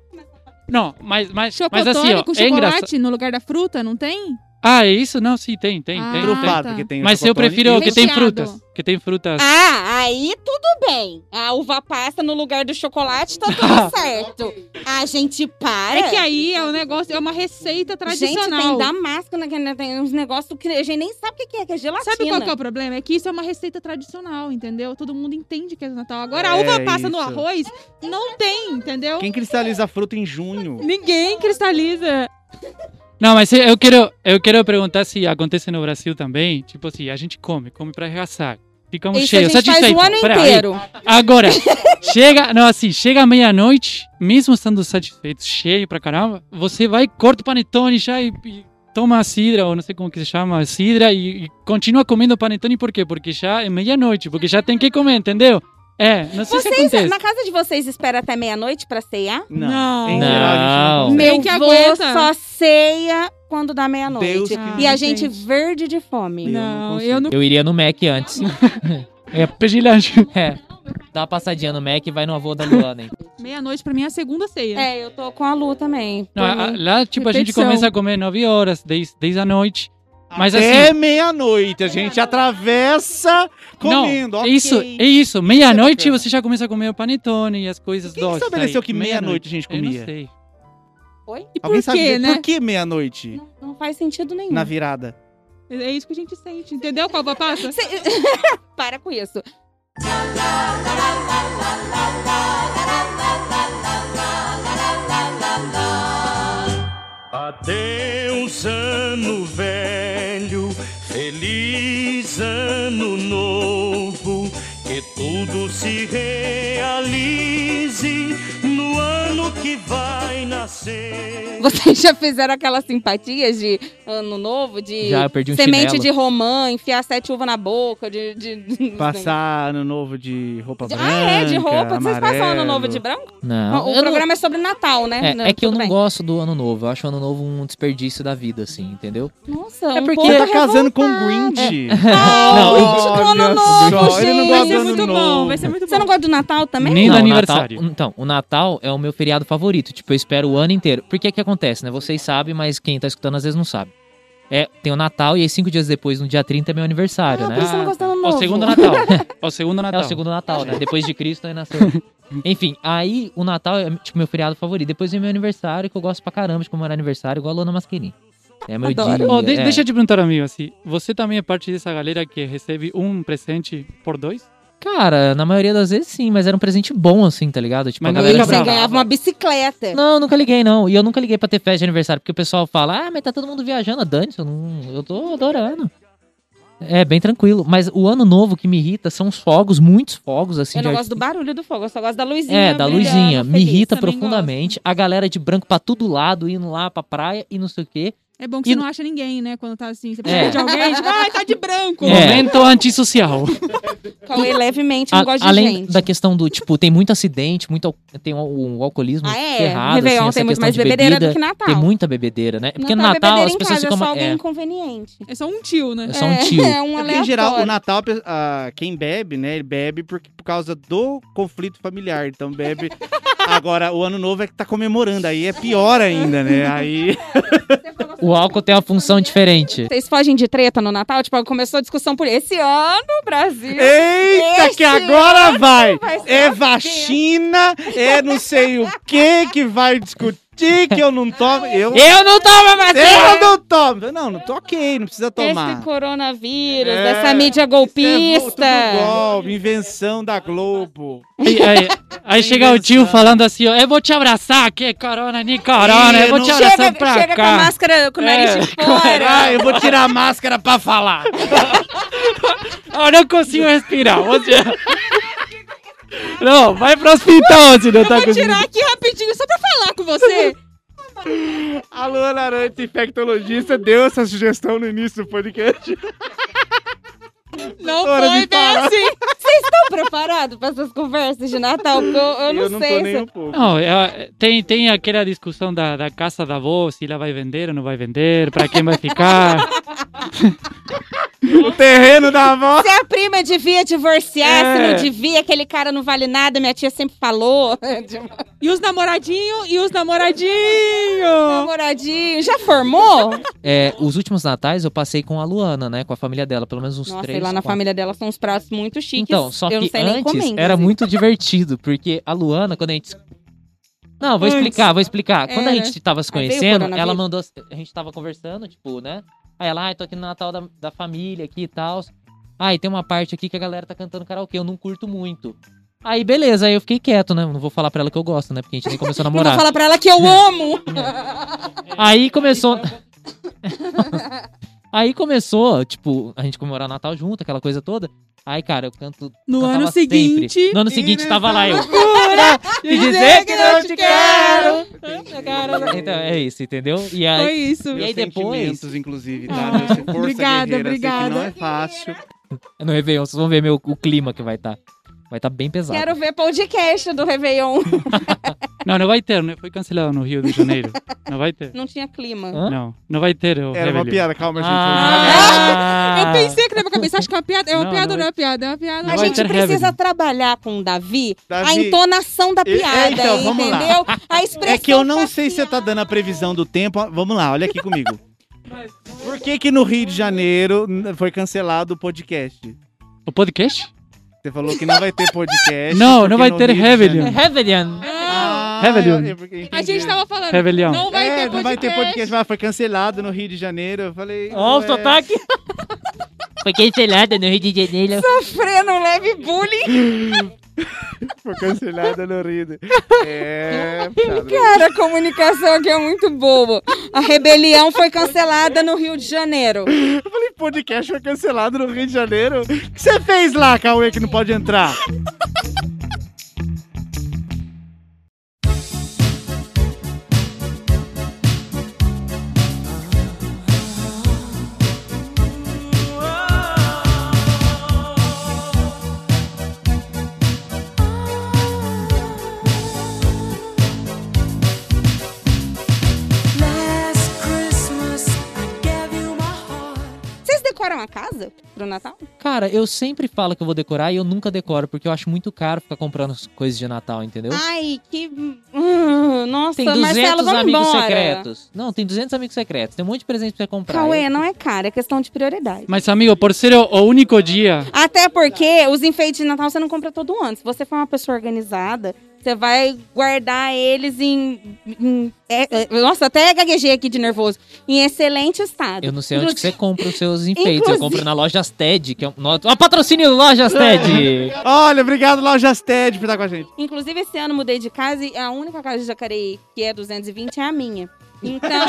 Speaker 4: Não, mas, mas, mas
Speaker 5: Chocotone
Speaker 4: assim, ó,
Speaker 5: com
Speaker 4: é
Speaker 5: chocolate
Speaker 4: engraçado.
Speaker 5: no lugar da fruta, não tem?
Speaker 4: Ah, é isso? Não, sim, tem, tem,
Speaker 5: Ah,
Speaker 4: tem.
Speaker 5: tá.
Speaker 6: Trufado, porque tem o
Speaker 4: Mas eu
Speaker 6: chocotone
Speaker 4: prefiro
Speaker 6: e
Speaker 4: o que tem
Speaker 5: Recheado.
Speaker 4: frutas. Que tem frutas.
Speaker 7: Ah, aí tudo bem. A uva passa no lugar do chocolate, tá tudo certo. A gente para.
Speaker 5: É que aí é um negócio, é uma receita
Speaker 7: Gente,
Speaker 5: tradicional.
Speaker 7: tem damasco, né? que Tem uns negócios que a gente nem sabe o que que é, que é gelatina.
Speaker 5: Sabe qual que é o problema? É que isso é uma receita tradicional, entendeu? Todo mundo entende que é do Natal. Agora a
Speaker 6: É
Speaker 5: uva passa no
Speaker 6: isso.
Speaker 5: arroz, não tem, entendeu?
Speaker 6: Quem cristaliza fruta em junho?
Speaker 5: Ninguém cristaliza.
Speaker 4: Não, mas eu quero, eu quero perguntar se acontece no Brasil também. Tipo assim, a gente come, come pra arregaçar. Ficamos
Speaker 7: Isso
Speaker 4: cheios,
Speaker 7: a
Speaker 5: é
Speaker 7: gente faz
Speaker 4: satisfeitos.
Speaker 7: o ano
Speaker 4: Pera aí.
Speaker 7: inteiro.
Speaker 4: Agora, chega, não, assim, chega à meia-noite, mesmo estando satisfeito, cheio pra caramba, você vai, corta o panetone já e, e toma a sidra, ou não sei como que se chama, a sidra, e, e continua comendo panetone, por quê? Porque já é meia-noite, porque já tem que comer, entendeu? É, não sei se
Speaker 7: Vocês,
Speaker 4: acontece.
Speaker 7: na casa de vocês, espera até meia-noite pra ceiar?
Speaker 5: Não.
Speaker 6: Em geral, a gente
Speaker 3: Não.
Speaker 6: consegue.
Speaker 5: Tem
Speaker 7: Meu
Speaker 5: que
Speaker 7: avô
Speaker 5: aguenta.
Speaker 7: só ceia quando dá
Speaker 6: Deus
Speaker 7: meia-noite.
Speaker 6: que
Speaker 5: Ah,
Speaker 7: E a gente
Speaker 5: gente.
Speaker 7: verde de fome.
Speaker 6: Eu não
Speaker 5: Não,
Speaker 6: consigo.
Speaker 5: eu não.
Speaker 3: Eu iria no Mac antes.
Speaker 4: É, pedir lanche.
Speaker 3: É. Dá uma passadinha no Mac e vai no avô da Luana, hein?
Speaker 5: Meia-noite pra mim é a segunda ceia.
Speaker 7: É, eu tô com a Lu também.
Speaker 4: Não,
Speaker 7: Por
Speaker 4: a- a-
Speaker 7: mim.
Speaker 4: lá, tipo, a gente
Speaker 5: Repetição.
Speaker 4: começa a comer 9 horas, 10, 10 da noite. Mas
Speaker 6: Até
Speaker 4: assim.
Speaker 6: meia-noite, a gente atravessa comendo.
Speaker 4: não,
Speaker 6: ok.
Speaker 4: isso, é isso. Meia-noite você já começa a comer o panetone e as coisas
Speaker 6: Quem
Speaker 4: doces.
Speaker 6: estabeleceu
Speaker 4: aí.
Speaker 6: é que né, meia-noite a gente
Speaker 4: Eu não
Speaker 6: comia?
Speaker 4: sei.
Speaker 5: E por
Speaker 6: Alguém sabe
Speaker 5: quê,
Speaker 6: dizer
Speaker 5: né?
Speaker 6: por que meia-noite
Speaker 7: Não, não faz sentido nenhum.
Speaker 6: na virada?
Speaker 5: É isso que a gente sente, entendeu? Qual a uva passa?
Speaker 7: Cê- Para com isso.
Speaker 9: Adeus, ano velho, feliz
Speaker 2: Feliz ano novo, que tudo se realize no ano que vai nascer.
Speaker 7: Vocês já fizeram aquelas simpatias de ano novo, de
Speaker 3: Já, eu perdi um
Speaker 7: semente
Speaker 3: chinelo.
Speaker 7: de romã, enfiar sete uvas na boca, de. de, de-
Speaker 6: Passar ano novo de roupa branca.
Speaker 7: Ah, é, de roupa. Vocês passam ano
Speaker 6: amarelo.
Speaker 7: novo de branco?
Speaker 3: Não.
Speaker 7: o
Speaker 3: eu não-
Speaker 7: programa é sobre Natal, né?
Speaker 3: É, é que eu não
Speaker 7: tudo bem.
Speaker 3: gosto do ano novo. Eu acho o ano novo um desperdício da vida, assim, entendeu?
Speaker 7: Nossa,
Speaker 3: É
Speaker 7: um
Speaker 3: porque-
Speaker 7: pouco
Speaker 6: Ele tá
Speaker 7: revoltado.
Speaker 6: casando com o Grinch.
Speaker 7: Não,
Speaker 6: Olha
Speaker 7: gente, do ano
Speaker 6: só, né? ele não
Speaker 7: novo,
Speaker 6: tá
Speaker 7: gente.
Speaker 5: Vai
Speaker 6: gosta
Speaker 5: ser
Speaker 6: do
Speaker 5: muito
Speaker 6: ano
Speaker 5: bom,
Speaker 6: novo.
Speaker 5: vai ser muito
Speaker 7: Você
Speaker 5: bom.
Speaker 7: não gosta do Natal também?
Speaker 4: Nem
Speaker 3: Não,
Speaker 4: do
Speaker 3: o
Speaker 4: aniversário.
Speaker 3: Natal- então, o Natal é o meu feriado favorito. Tipo, eu espero o ano inteiro. Porque que acontece, né? Vocês sabem, mas quem tá escutando às vezes não sabe. É, tem o Natal e aí cinco dias depois, no dia 30, é meu aniversário,
Speaker 7: Ah,
Speaker 3: né?
Speaker 7: por isso você não gosta do
Speaker 4: É
Speaker 7: ano
Speaker 4: o
Speaker 7: novo.
Speaker 4: segundo Natal. É o segundo Natal.
Speaker 3: É o segundo Natal, né? Depois de Cristo, aí nasceu. Enfim, aí o Natal é, tipo, meu feriado favorito. Depois vem meu aniversário, que eu gosto pra caramba de comemorar aniversário, igual a Lona Masquerini. É meu
Speaker 7: Adoro.
Speaker 3: dia.
Speaker 4: Ó, de-
Speaker 3: é.
Speaker 4: Deixa eu te perguntar, amigo, assim, você também é parte dessa galera que recebe um presente por dois?
Speaker 3: Cara, na maioria das vezes sim, mas era um presente bom, assim, tá ligado? Tipo,
Speaker 4: Mas
Speaker 3: a
Speaker 4: não
Speaker 3: galera...
Speaker 4: liga
Speaker 7: Você
Speaker 4: brava.
Speaker 7: ganhava uma bicicleta.
Speaker 3: Não, eu nunca liguei, não. E eu nunca liguei pra ter festa de aniversário, porque o pessoal fala, ah, mas tá todo mundo viajando, dane-se, eu, não- eu tô adorando. É, bem tranquilo. Mas o ano novo que me irrita são os fogos, muitos fogos, assim.
Speaker 7: Eu não
Speaker 3: de
Speaker 7: gosto do barulho do fogo, eu só gosto da luzinha.
Speaker 3: É, da
Speaker 7: brilhando,
Speaker 3: luzinha. Me
Speaker 7: feliz.
Speaker 3: irrita
Speaker 5: também
Speaker 3: profundamente. A galera de branco pra todo lado, indo lá pra praia e não sei o quê.
Speaker 5: É bom que você
Speaker 3: E-
Speaker 5: não acha ninguém, né? Quando tá assim, você
Speaker 3: É.
Speaker 5: precisa de alguém, tipo, ai, tá de branco.
Speaker 3: É.
Speaker 4: Momento antissocial.
Speaker 7: Cauê levemente
Speaker 3: A-
Speaker 7: Tipo, não gosta de
Speaker 3: além
Speaker 7: gente.
Speaker 3: da questão do, tipo, tem muito acidente, muito, al- tem o, o alcoolismo
Speaker 7: Ah, é.
Speaker 3: ferrado, assim,
Speaker 7: Réveillon
Speaker 3: essa
Speaker 7: tem muito
Speaker 3: questão
Speaker 7: mais
Speaker 3: de
Speaker 7: bebedeira
Speaker 3: bebida.
Speaker 7: do que Natal.
Speaker 3: Tem muita bebedeira, né? É Porque no
Speaker 7: Natal é
Speaker 3: Natal
Speaker 7: bebedeira
Speaker 3: as
Speaker 7: em
Speaker 3: pessoas
Speaker 7: casa,
Speaker 3: ficam...
Speaker 7: É só
Speaker 3: ma-
Speaker 7: alguém
Speaker 3: é,
Speaker 7: inconveniente.
Speaker 5: É só um tio, né?
Speaker 3: é só um
Speaker 7: É,
Speaker 3: tio.
Speaker 7: É um
Speaker 6: É porque, em geral, o
Speaker 7: aleatório.
Speaker 6: Natal, pe- ah, quem bebe, né, ele bebe por, por causa do conflito familiar. Então bebe. Agora, o ano novo é que tá comemorando, aí é pior ainda, né? Aí.
Speaker 3: O álcool tem uma função diferente.
Speaker 7: assim, Vocês fogem de treta no Natal? Tipo, começou a discussão por esse ano, Brasil.
Speaker 6: Eita,
Speaker 7: Esse
Speaker 6: que agora vai!
Speaker 7: vai ser
Speaker 6: É vacina, é não sei o que que vai discutir, que eu não tomo. Eu,
Speaker 3: Eu não tomo mais!
Speaker 6: eu não tomo! Não, não tô ok, não precisa tomar.
Speaker 7: é Esse coronavírus,
Speaker 6: É,
Speaker 7: dessa mídia
Speaker 6: Isso
Speaker 7: golpista.
Speaker 6: é tudo golpe, invenção da Globo.
Speaker 4: Aí, aí- aí chega o tio falando assim, ó, eu vou te abraçar, que é corona, nem corona, eu vou te
Speaker 6: Chega-
Speaker 4: abraçar
Speaker 7: chega
Speaker 4: pra
Speaker 7: chega com a
Speaker 4: cá.
Speaker 7: máscara, com o nariz
Speaker 4: É,
Speaker 7: de fora.
Speaker 6: Ah, eu vou tirar a máscara pra falar.
Speaker 4: Eu não consigo respirar. você- Não, vai pro hospital se não tá
Speaker 5: Vou
Speaker 4: conseguindo.
Speaker 5: tirar aqui rapidinho só pra falar com você.
Speaker 6: Alô, Arantes, infectologista, deu essa sugestão no início do podcast.
Speaker 5: Não
Speaker 6: Hora
Speaker 5: foi
Speaker 6: de
Speaker 5: bem
Speaker 6: falar.
Speaker 5: assim.
Speaker 7: Estão preparados pra essas conversas de Natal? Porque eu, eu não,
Speaker 6: eu não
Speaker 7: sei.
Speaker 6: tô nem
Speaker 7: se-
Speaker 6: um pouco.
Speaker 4: Não, é, tem, tem aquela discussão da, da casa da avó, se ela vai vender ou não vai vender, pra quem vai ficar.
Speaker 6: O terreno da avó.
Speaker 7: Se é a prima devia divorciar, se
Speaker 6: É.
Speaker 7: não devia, aquele cara não vale nada, minha tia sempre falou.
Speaker 5: E os namoradinhos,
Speaker 7: um
Speaker 5: e os namoradinhos.
Speaker 7: Namoradinho, já formou?
Speaker 3: É, os últimos natais eu passei com a Luana, né? Com a família dela, pelo menos uns
Speaker 7: Nossa,
Speaker 3: três.
Speaker 7: e lá na
Speaker 3: quatro.
Speaker 7: família dela são uns pratos muito chiques.
Speaker 3: Então, só que
Speaker 7: eu não sei nem é
Speaker 3: antes
Speaker 7: comer, inclusive.
Speaker 3: era muito divertido, porque a Luana, quando a gente. Não, vou explicar, vou explicar. Quando a
Speaker 7: É, né?
Speaker 3: gente tava se
Speaker 7: Aí veio o
Speaker 3: conhecendo, ela
Speaker 7: coronavírus.
Speaker 3: mandou. A gente tava conversando, tipo, né? Aí ela, ah, tô aqui no Natal da, da família aqui e tal. Ah, e tem uma parte aqui que a galera tá cantando karaokê, eu não curto muito. Aí, beleza, aí eu fiquei quieto, né? Não vou falar pra ela que eu gosto, né? Porque a gente nem começou a
Speaker 7: Não vou
Speaker 3: namorar.
Speaker 7: falar pra ela que eu amo.
Speaker 3: Aí começou.
Speaker 5: Então é
Speaker 3: Aí começou, tipo, a gente comemorar Natal junto, aquela coisa toda. Aí, cara, eu canto.
Speaker 5: No
Speaker 3: cantava
Speaker 5: ano
Speaker 3: sempre.
Speaker 5: seguinte-
Speaker 3: No ano seguinte tava lá eu.
Speaker 5: E
Speaker 3: dizer que não te
Speaker 5: quero.
Speaker 3: Então, é isso, entendeu? E
Speaker 5: Foi
Speaker 3: aí.
Speaker 5: isso.
Speaker 3: E aí
Speaker 6: Meus
Speaker 3: depois-
Speaker 6: sentimentos, inclusive, tá?
Speaker 5: Ah,
Speaker 6: Meu ser- força
Speaker 5: obrigada,
Speaker 6: guerreira, sei que
Speaker 5: obrigada.
Speaker 6: não é fácil.
Speaker 3: No Réveillon, vocês vão ver meu, o clima que vai estar. Vai estar bem pesado.
Speaker 7: Quero ver podcast do Réveillon.
Speaker 4: Não, não vai ter, né? Foi cancelado no Rio de Janeiro. Não vai ter.
Speaker 7: Não tinha clima.
Speaker 3: Hã?
Speaker 4: Não, não vai ter. o
Speaker 6: Era uma
Speaker 4: Réveillon.
Speaker 6: piada, calma, gente.
Speaker 3: Ah!
Speaker 5: Eu pensei que na minha cabeça, acho que é uma piada. É uma
Speaker 4: Não,
Speaker 5: piada
Speaker 4: não
Speaker 5: ou não
Speaker 4: vai-
Speaker 5: é uma piada? É uma piada.
Speaker 7: A
Speaker 4: vai
Speaker 7: gente
Speaker 4: ter
Speaker 7: precisa
Speaker 4: Réveillon.
Speaker 7: trabalhar com o Davi,
Speaker 6: Davi,
Speaker 7: a entonação da
Speaker 6: é,
Speaker 7: piada,
Speaker 6: então, vamos lá.
Speaker 7: entendeu? A expressão
Speaker 6: É que eu não sei se você tá dando a previsão do tempo. Ó, Vamos lá, olha aqui comigo. Por que que no Rio de Janeiro n- foi cancelado o podcast?
Speaker 4: O podcast?
Speaker 6: Você falou que não vai ter podcast.
Speaker 4: Não,
Speaker 6: porque
Speaker 4: não vai
Speaker 6: no
Speaker 4: ter
Speaker 6: Rio de
Speaker 4: Réveillon.
Speaker 6: Janeiro-
Speaker 3: Réveillon.
Speaker 6: Ah,
Speaker 4: Réveillon.
Speaker 6: eu- eu- eu entendi.
Speaker 5: É. A gente tava falando.
Speaker 4: Réveillon.
Speaker 5: Não vai
Speaker 6: é,
Speaker 5: ter podcast.
Speaker 6: não vai ter podcast. mas foi cancelado no Rio de Janeiro. Eu falei.
Speaker 3: Ó, o
Speaker 6: ué.
Speaker 3: sotaque. Foi cancelada no Rio de Janeiro.
Speaker 7: sofrendo um leve bullying.
Speaker 6: Foi cancelada no rido. É. puxado.
Speaker 7: Cara, a comunicação aqui é muito boa. A rebelião foi cancelada no Rio de Janeiro.
Speaker 6: Eu falei, podcast foi cancelado no Rio de Janeiro. O que você fez lá, Cauê, que não pode entrar?
Speaker 8: Last Christmas, I gave you my heart.
Speaker 7: Vocês decoram a casa pro Natal?
Speaker 3: Cara, eu sempre falo que eu vou decorar e eu nunca decoro, porque eu acho muito caro ficar comprando as coisas de Natal, entendeu?
Speaker 7: Ai, que. Hum, Ah, nossa,
Speaker 3: tem 200
Speaker 7: Marcelo, vamos
Speaker 3: amigos
Speaker 7: embora.
Speaker 3: secretos. Não, tem 200 amigos secretos. Tem um monte de presente pra você comprar.
Speaker 7: Cauê,
Speaker 3: Eu-
Speaker 7: não é cara, é questão de prioridade.
Speaker 4: Mas, amigo, por ser o, o único dia.
Speaker 7: Até porque os enfeites de Natal você não compra todo ano. Se você for uma pessoa organizada, você vai guardar eles em. em- é- é- nossa, até gaguejei aqui de nervoso. Em excelente estado.
Speaker 3: Eu não sei onde que você compra os seus enfeites. Eu
Speaker 7: Inclusive-
Speaker 3: compro na Lojas TED, que é um... no- Ó, patrocínio Lojas TED!
Speaker 6: Olha, obrigado, Lojas Ted, por estar com a gente.
Speaker 7: Inclusive, esse ano eu mudei de casa e a única casa de Jacareí que é 220 é a minha. Então,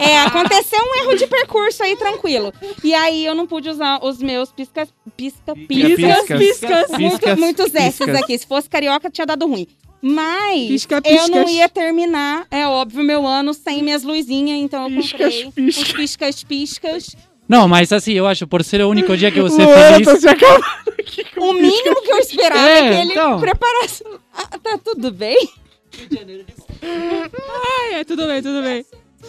Speaker 7: é, aconteceu um erro de percurso aí, tranquilo. E aí eu não pude usar os meus pisca, pisca, piscas,
Speaker 6: piscas,
Speaker 7: piscas,
Speaker 6: piscas,
Speaker 7: muito-
Speaker 6: piscas,
Speaker 7: muitos
Speaker 6: piscas.
Speaker 7: S's aqui. Se fosse carioca, tinha dado ruim. Mas
Speaker 5: Pisca,
Speaker 7: eu não
Speaker 5: piscas.
Speaker 7: ia terminar, é óbvio, meu ano sem minhas luzinhas, então eu
Speaker 6: Piscas,
Speaker 7: comprei
Speaker 6: piscas.
Speaker 7: os piscas, piscas.
Speaker 4: Não, mas assim, eu acho, por ser o único dia que você é
Speaker 6: Luana,
Speaker 4: feliz.
Speaker 6: tá se acabando aqui com
Speaker 7: O mínimo que eu esperava
Speaker 4: É,
Speaker 7: é, que ele
Speaker 4: então.
Speaker 7: preparasse. Ah, tá tudo bem?
Speaker 5: Ai, é, tudo bem, tudo bem.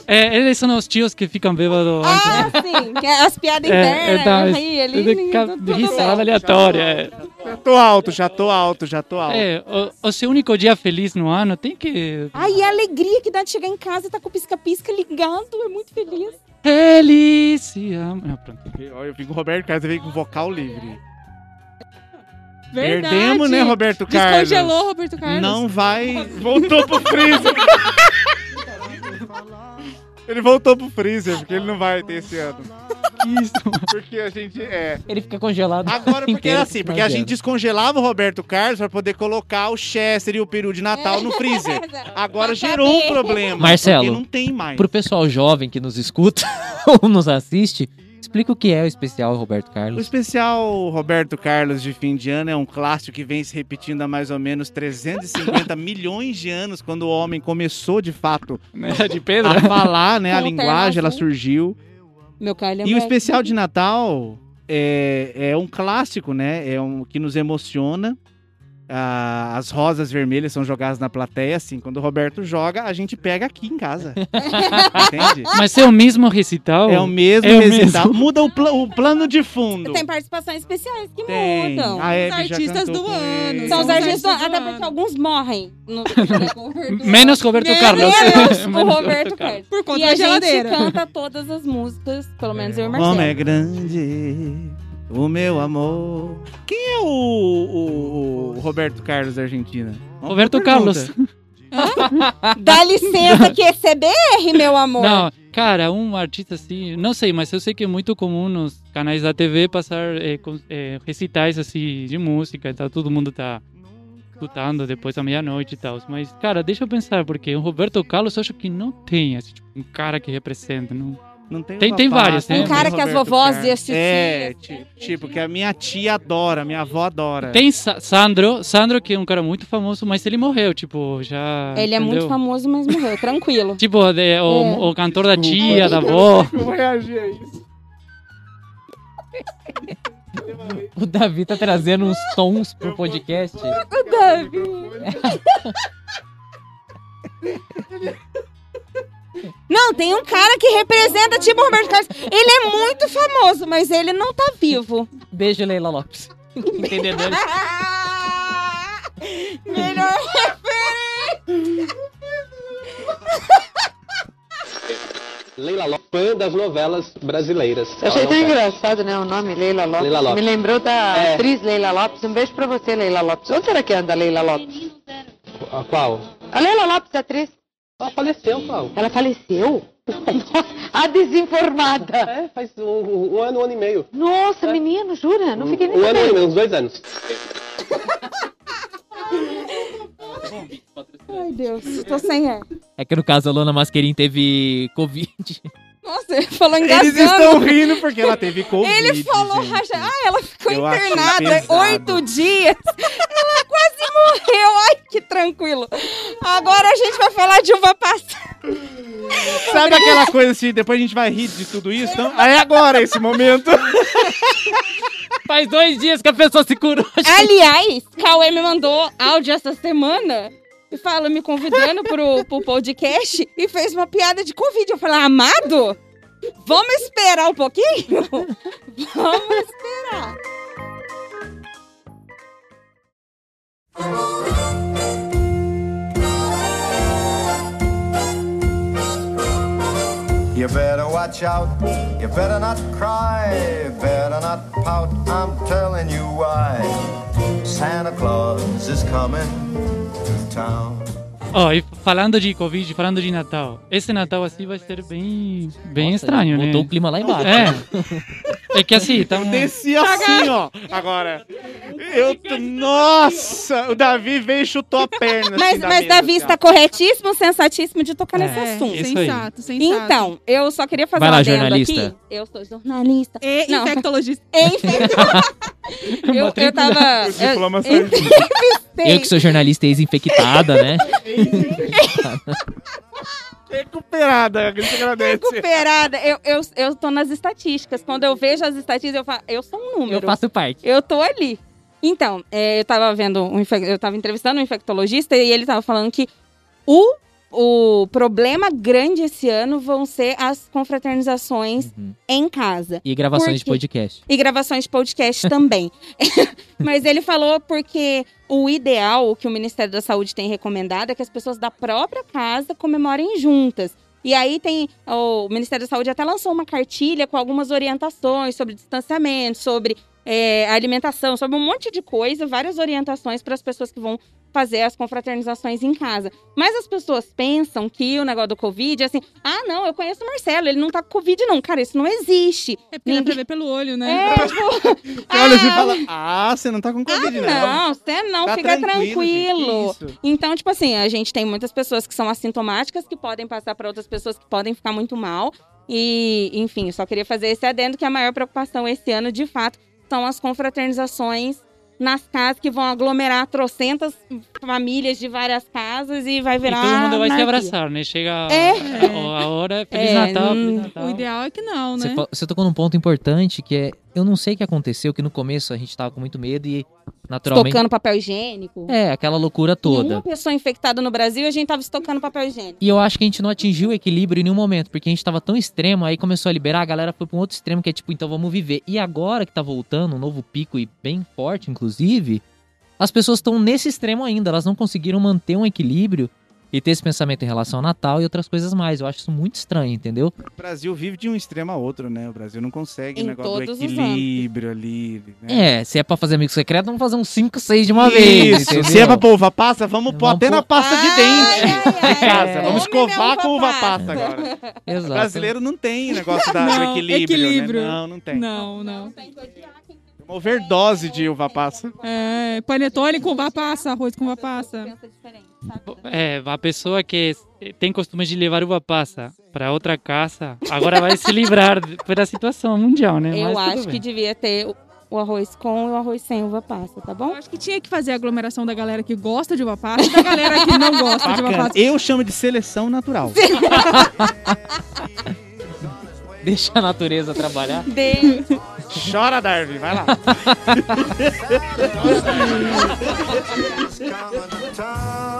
Speaker 4: É, eles são os tios que ficam bêbados.
Speaker 7: Ah, sim. que é As piadas internas, eu ri ali.
Speaker 4: tá, é de, ca-
Speaker 7: tudo
Speaker 4: de
Speaker 7: bem.
Speaker 4: risada aleatória. é.
Speaker 6: Já tô alto, já tô alto, já tô alto.
Speaker 4: É, o, o seu único dia feliz no ano tem que.
Speaker 7: Ai, a alegria que dá de chegar em casa e tá com o pisca-pisca ligado. É muito feliz.
Speaker 4: Feliz! se ama. Ah, pronto.
Speaker 6: Olha, eu vim com o Roberto Carlos, eu vim com vocal livre.
Speaker 5: Verdade.
Speaker 6: Perdemos, né, Roberto Carlos?
Speaker 5: Descongelou, Roberto
Speaker 7: É,
Speaker 5: Carlos.
Speaker 6: Não vai. Voltou pro freezer. ele voltou pro freezer, porque ele não vai ter esse ano.
Speaker 4: Que isso?
Speaker 6: Porque a gente. É.
Speaker 3: Ele fica congelado.
Speaker 6: Agora, porque
Speaker 3: inteiro,
Speaker 6: era assim, porque a gente descongelava o Roberto Carlos pra poder colocar o Chester e o peru de Natal no freezer. Agora gerou um problema.
Speaker 3: Marcelo,
Speaker 6: Porque não tem mais.
Speaker 3: Pro pessoal jovem que nos escuta ou nos assiste, explica o que é o especial Roberto
Speaker 6: O
Speaker 3: Carlos.
Speaker 6: especial Roberto Carlos de fim de ano é um clássico que vem se repetindo há mais ou menos 350 milhões de anos, quando o homem começou de fato
Speaker 4: Né, De
Speaker 6: a
Speaker 4: pedra?
Speaker 6: falar, né? A
Speaker 7: Com o um terno
Speaker 6: linguagem, ela
Speaker 7: azul. um
Speaker 6: surgiu.
Speaker 7: Meu Carlos é
Speaker 6: E o especial de Natal é, é um clássico, né? É um que nos emociona. Ah, as rosas vermelhas são jogadas na plateia, assim. Quando o Roberto joga, a gente pega aqui em casa. Entende?
Speaker 4: Mas é o mesmo recital?
Speaker 6: É o mesmo
Speaker 4: É o
Speaker 6: resultado. Muda o, pla- o plano de fundo.
Speaker 7: Tem participações especiais que
Speaker 6: Tem.
Speaker 7: mudam.
Speaker 6: A Hebe
Speaker 5: Os
Speaker 6: já
Speaker 5: artistas
Speaker 6: cantou
Speaker 5: do
Speaker 6: com
Speaker 5: ano.
Speaker 6: ele.
Speaker 7: São os
Speaker 5: São os
Speaker 7: artistas,
Speaker 5: artistas do
Speaker 7: até
Speaker 5: ano.
Speaker 7: porque alguns morrem. No...
Speaker 4: Menos Roberto Carlos.
Speaker 7: Menos o
Speaker 4: Menos
Speaker 7: Roberto Carlos.
Speaker 5: Por conta
Speaker 7: E
Speaker 5: da
Speaker 7: a gente
Speaker 5: geladeira.
Speaker 7: canta todas as músicas, pelo menos eu e o
Speaker 6: O homem é
Speaker 7: Marcelo.
Speaker 6: grande, o meu amor. Quem é o, o- o Roberto Carlos da Argentina? Uma
Speaker 4: Roberto
Speaker 6: boa
Speaker 4: Carlos.
Speaker 6: pergunta.
Speaker 7: Dá licença que é CBR, meu amor.
Speaker 4: Não, cara, um artista assim, não sei, mas eu sei que é muito comum nos canais da TV passar eh, com- eh, recitais assim de música e tal, todo mundo tá lutando depois da meia-noite e tal. Mas, cara, deixa eu pensar, porque o Roberto Carlos eu acho que não tem assim, tipo, um cara que representa. Não.
Speaker 6: Não tem,
Speaker 4: Tem-
Speaker 6: uma
Speaker 4: tem
Speaker 6: pata,
Speaker 4: vários, né?
Speaker 6: não
Speaker 4: Um
Speaker 7: cara
Speaker 6: tem
Speaker 7: que as
Speaker 6: Roberto
Speaker 7: vovós
Speaker 6: Carlos.
Speaker 7: e as titias.
Speaker 6: É, ti- tipo, que a minha tia adora, minha avó adora.
Speaker 4: Tem Sa- Sandro, Sandro que é um cara muito famoso, mas ele morreu, tipo, já.
Speaker 7: Ele é muito
Speaker 4: entendeu?
Speaker 7: famoso, mas morreu, tranquilo.
Speaker 4: Tipo, de- o,
Speaker 7: É.
Speaker 4: o cantor da tia, da avó.
Speaker 6: Como reagir a isso?
Speaker 3: O Davi tá trazendo uns tons pro podcast.
Speaker 7: Davi. Não, tem um cara que representa tipo o Roberto Carlos. Ele é muito famoso, mas ele não tá vivo.
Speaker 3: Beijo, Leila Lopes. Entendedores.
Speaker 7: Ah, Melhor referência.
Speaker 9: Leila Lopes, fã das novelas brasileiras. é um
Speaker 10: Eu achei tão engraçado, né? O nome Leila Lopes.
Speaker 9: Leila Lopes.
Speaker 10: Me lembrou da
Speaker 9: É.
Speaker 10: atriz Leila Lopes. Um beijo pra você, Leila Lopes. Onde será que anda a Leila Lopes?
Speaker 9: A qual?
Speaker 10: A Leila Lopes, atriz,
Speaker 9: Ela faleceu, qual?
Speaker 10: ela faleceu? Nossa, a desinformada.
Speaker 9: É, faz um, um- um ano, um ano e meio.
Speaker 10: Nossa, menino, jura? Não fiquei nem
Speaker 9: Um ano e
Speaker 10: sabendo.
Speaker 9: meio, uns dois anos.
Speaker 7: Ai, Deus, tô sem ar.
Speaker 3: É que no caso a Lona Masquerim teve Covid.
Speaker 7: Nossa, ele falou
Speaker 6: Eles
Speaker 7: engasgando.
Speaker 6: estão rindo porque ela teve Covid.
Speaker 7: Ele falou
Speaker 6: gente.
Speaker 7: raja. Ah, ela ficou
Speaker 6: Eu achei
Speaker 7: internada
Speaker 6: pesado.
Speaker 7: oito dias. Ela quase morreu. Ai, que tranquilo. Agora a gente vai falar de uva passada.
Speaker 6: Sabe aquela coisa assim, depois a gente vai rir de tudo isso? Então, aí é agora esse momento.
Speaker 3: Faz dois dias que a pessoa se curou.
Speaker 7: Aliás, Cauê me mandou áudio essa semana. E fala, me convidando pro, pro podcast e fez uma piada de Covid. Eu falei, amado, vamos esperar um pouquinho? Vamos esperar.
Speaker 11: You better watch out. You better not cry. Better not pout. I'm telling you why. Santa Claus is coming to town.
Speaker 4: Ó, e falando de Covid, falando de Natal, esse Natal assim vai ser bem, bem estranho, né?
Speaker 3: Botou o clima lá embaixo.
Speaker 4: É. É que assim, tá um...
Speaker 6: Desci assim, ó. Agora. Eu. tô- Nossa! O Davi veio e chutou a perna.
Speaker 7: Mas,
Speaker 6: assim, da
Speaker 7: mas
Speaker 6: mesa,
Speaker 7: Davi
Speaker 6: assim, ó.
Speaker 7: está corretíssimo, sensatíssimo de tocar nesse
Speaker 5: É,
Speaker 7: assunto.
Speaker 4: isso aí.
Speaker 5: sensato, sensato.
Speaker 7: Então, eu só queria fazer
Speaker 3: Vai lá,
Speaker 7: um adendo
Speaker 3: jornalista.
Speaker 7: aqui. Eu sou jornalista.
Speaker 5: E
Speaker 7: Não.
Speaker 5: infectologista.
Speaker 7: Enfim. eu, eu tava.
Speaker 6: Os
Speaker 7: eu-
Speaker 6: diplomas
Speaker 7: eu-
Speaker 6: são
Speaker 3: Eu que sou jornalista ex-infectada, né?
Speaker 6: é Recuperada, a gente agradece.
Speaker 7: recuperada. Eu, eu, eu tô nas estatísticas. Quando eu vejo as estatísticas, eu falo, eu sou um
Speaker 3: Eu
Speaker 7: número.
Speaker 3: faço parte.
Speaker 7: Eu tô ali. Então, é, eu tava vendo, um infec- eu tava entrevistando um infectologista e ele tava falando que o, o problema grande esse ano vão ser as confraternizações
Speaker 3: Uhum.
Speaker 7: em casa.
Speaker 3: E gravações de
Speaker 7: Por quê?
Speaker 3: podcast.
Speaker 7: E gravações de podcast também. Mas ele falou porque o ideal, o que o Ministério da Saúde tem recomendado, é que as pessoas da própria casa comemorem juntas. E aí tem. O Ministério da Saúde até lançou uma cartilha com algumas orientações sobre distanciamento, sobre é, alimentação, sobre um monte de coisa, várias orientações para as pessoas que vão fazer as confraternizações em casa. Mas as pessoas pensam que o negócio do Covid é assim: ah, não, eu conheço o Marcelo, ele não tá com Covid, não. Cara, isso não existe.
Speaker 5: É porque dá pra ver pelo olho, né?
Speaker 7: É, tipo.
Speaker 6: Você olha assim e
Speaker 7: ah,
Speaker 6: fala: Ah, você não tá com
Speaker 7: ah,
Speaker 6: Covid,
Speaker 7: não, você não,
Speaker 6: Tá
Speaker 7: fica
Speaker 6: gente,
Speaker 7: tranquilo.
Speaker 6: que isso?
Speaker 7: Então, tipo assim, a gente tem muitas pessoas que são assintomáticas, que podem passar para outras pessoas que podem ficar muito mal. E, enfim, eu só queria fazer esse adendo que a maior preocupação esse ano, de fato, são as confraternizações nas casas que vão aglomerar trocentas famílias de várias casas e vai
Speaker 4: E
Speaker 7: virar.
Speaker 4: todo mundo vai se
Speaker 7: anarquia.
Speaker 4: abraçar, né? Chega a-
Speaker 7: É.
Speaker 4: a, a hora, Feliz
Speaker 7: É,
Speaker 4: Natal, Feliz
Speaker 7: hum,
Speaker 4: Natal.
Speaker 5: O ideal é que não,
Speaker 3: Você,
Speaker 5: né?
Speaker 3: fa- você tocou num ponto importante que é. Eu não sei o que aconteceu, que no começo a gente tava com muito medo e naturalmente.
Speaker 7: Estocando papel higiênico.
Speaker 3: É, aquela loucura toda.
Speaker 7: Uma pessoa infectada no Brasil e a gente tava estocando papel higiênico.
Speaker 3: E eu acho que a gente não atingiu o equilíbrio em nenhum momento, porque a gente tava tão extremo, aí começou a liberar, a galera foi pra um outro extremo, que é tipo, então vamos viver. E agora que tá voltando, um novo pico e bem forte, inclusive, as pessoas estão nesse extremo ainda, elas não conseguiram manter um equilíbrio e ter esse pensamento em relação ao Natal e outras coisas mais. Eu acho isso muito estranho, entendeu?
Speaker 6: O Brasil vive de um extremo a outro, né? O Brasil não consegue o
Speaker 7: Em
Speaker 6: negócio do
Speaker 7: todos os âmbitos.
Speaker 6: equilíbrio ali. Né?
Speaker 3: É, se é pra fazer amigo secreto, vamos fazer uns 5, 6 de uma vez.
Speaker 6: Isso,
Speaker 3: entendeu?
Speaker 6: se é pra pôr uva passa, vamos pôr
Speaker 3: Vamos
Speaker 6: até na
Speaker 3: pôr-
Speaker 6: pasta de
Speaker 7: Ai,
Speaker 6: dente.
Speaker 7: ai, É. ai,
Speaker 6: Casa, vamos
Speaker 7: come minha
Speaker 6: escovar com uva pasta
Speaker 7: passa.
Speaker 6: agora. O
Speaker 3: Exato.
Speaker 6: brasileiro não tem negócio da, do
Speaker 5: Não,
Speaker 6: equilíbrio,
Speaker 5: equilíbrio.
Speaker 6: Né? Não, não tem.
Speaker 5: Não, não.
Speaker 6: Uma overdose de uva passa.
Speaker 5: É, panetone com vapaça, arroz com vapaça.
Speaker 4: É, a pessoa que tem costume de levar uva passa para outra casa, agora vai se livrar de- da situação mundial, né?
Speaker 7: Eu
Speaker 4: Mas tudo
Speaker 7: acho que
Speaker 4: bem.
Speaker 7: devia ter o- o arroz com e o arroz sem uva passa, tá
Speaker 5: Eu
Speaker 7: bom?
Speaker 5: acho que tinha que fazer a aglomeração da galera que gosta de uva passa e da galera que não gosta de uva
Speaker 6: Bacana.
Speaker 5: passa.
Speaker 6: Eu chamo de seleção natural.
Speaker 3: Deixa a natureza trabalhar.
Speaker 7: De...
Speaker 6: Chora, Darwin, vai lá.
Speaker 11: It's coming to town.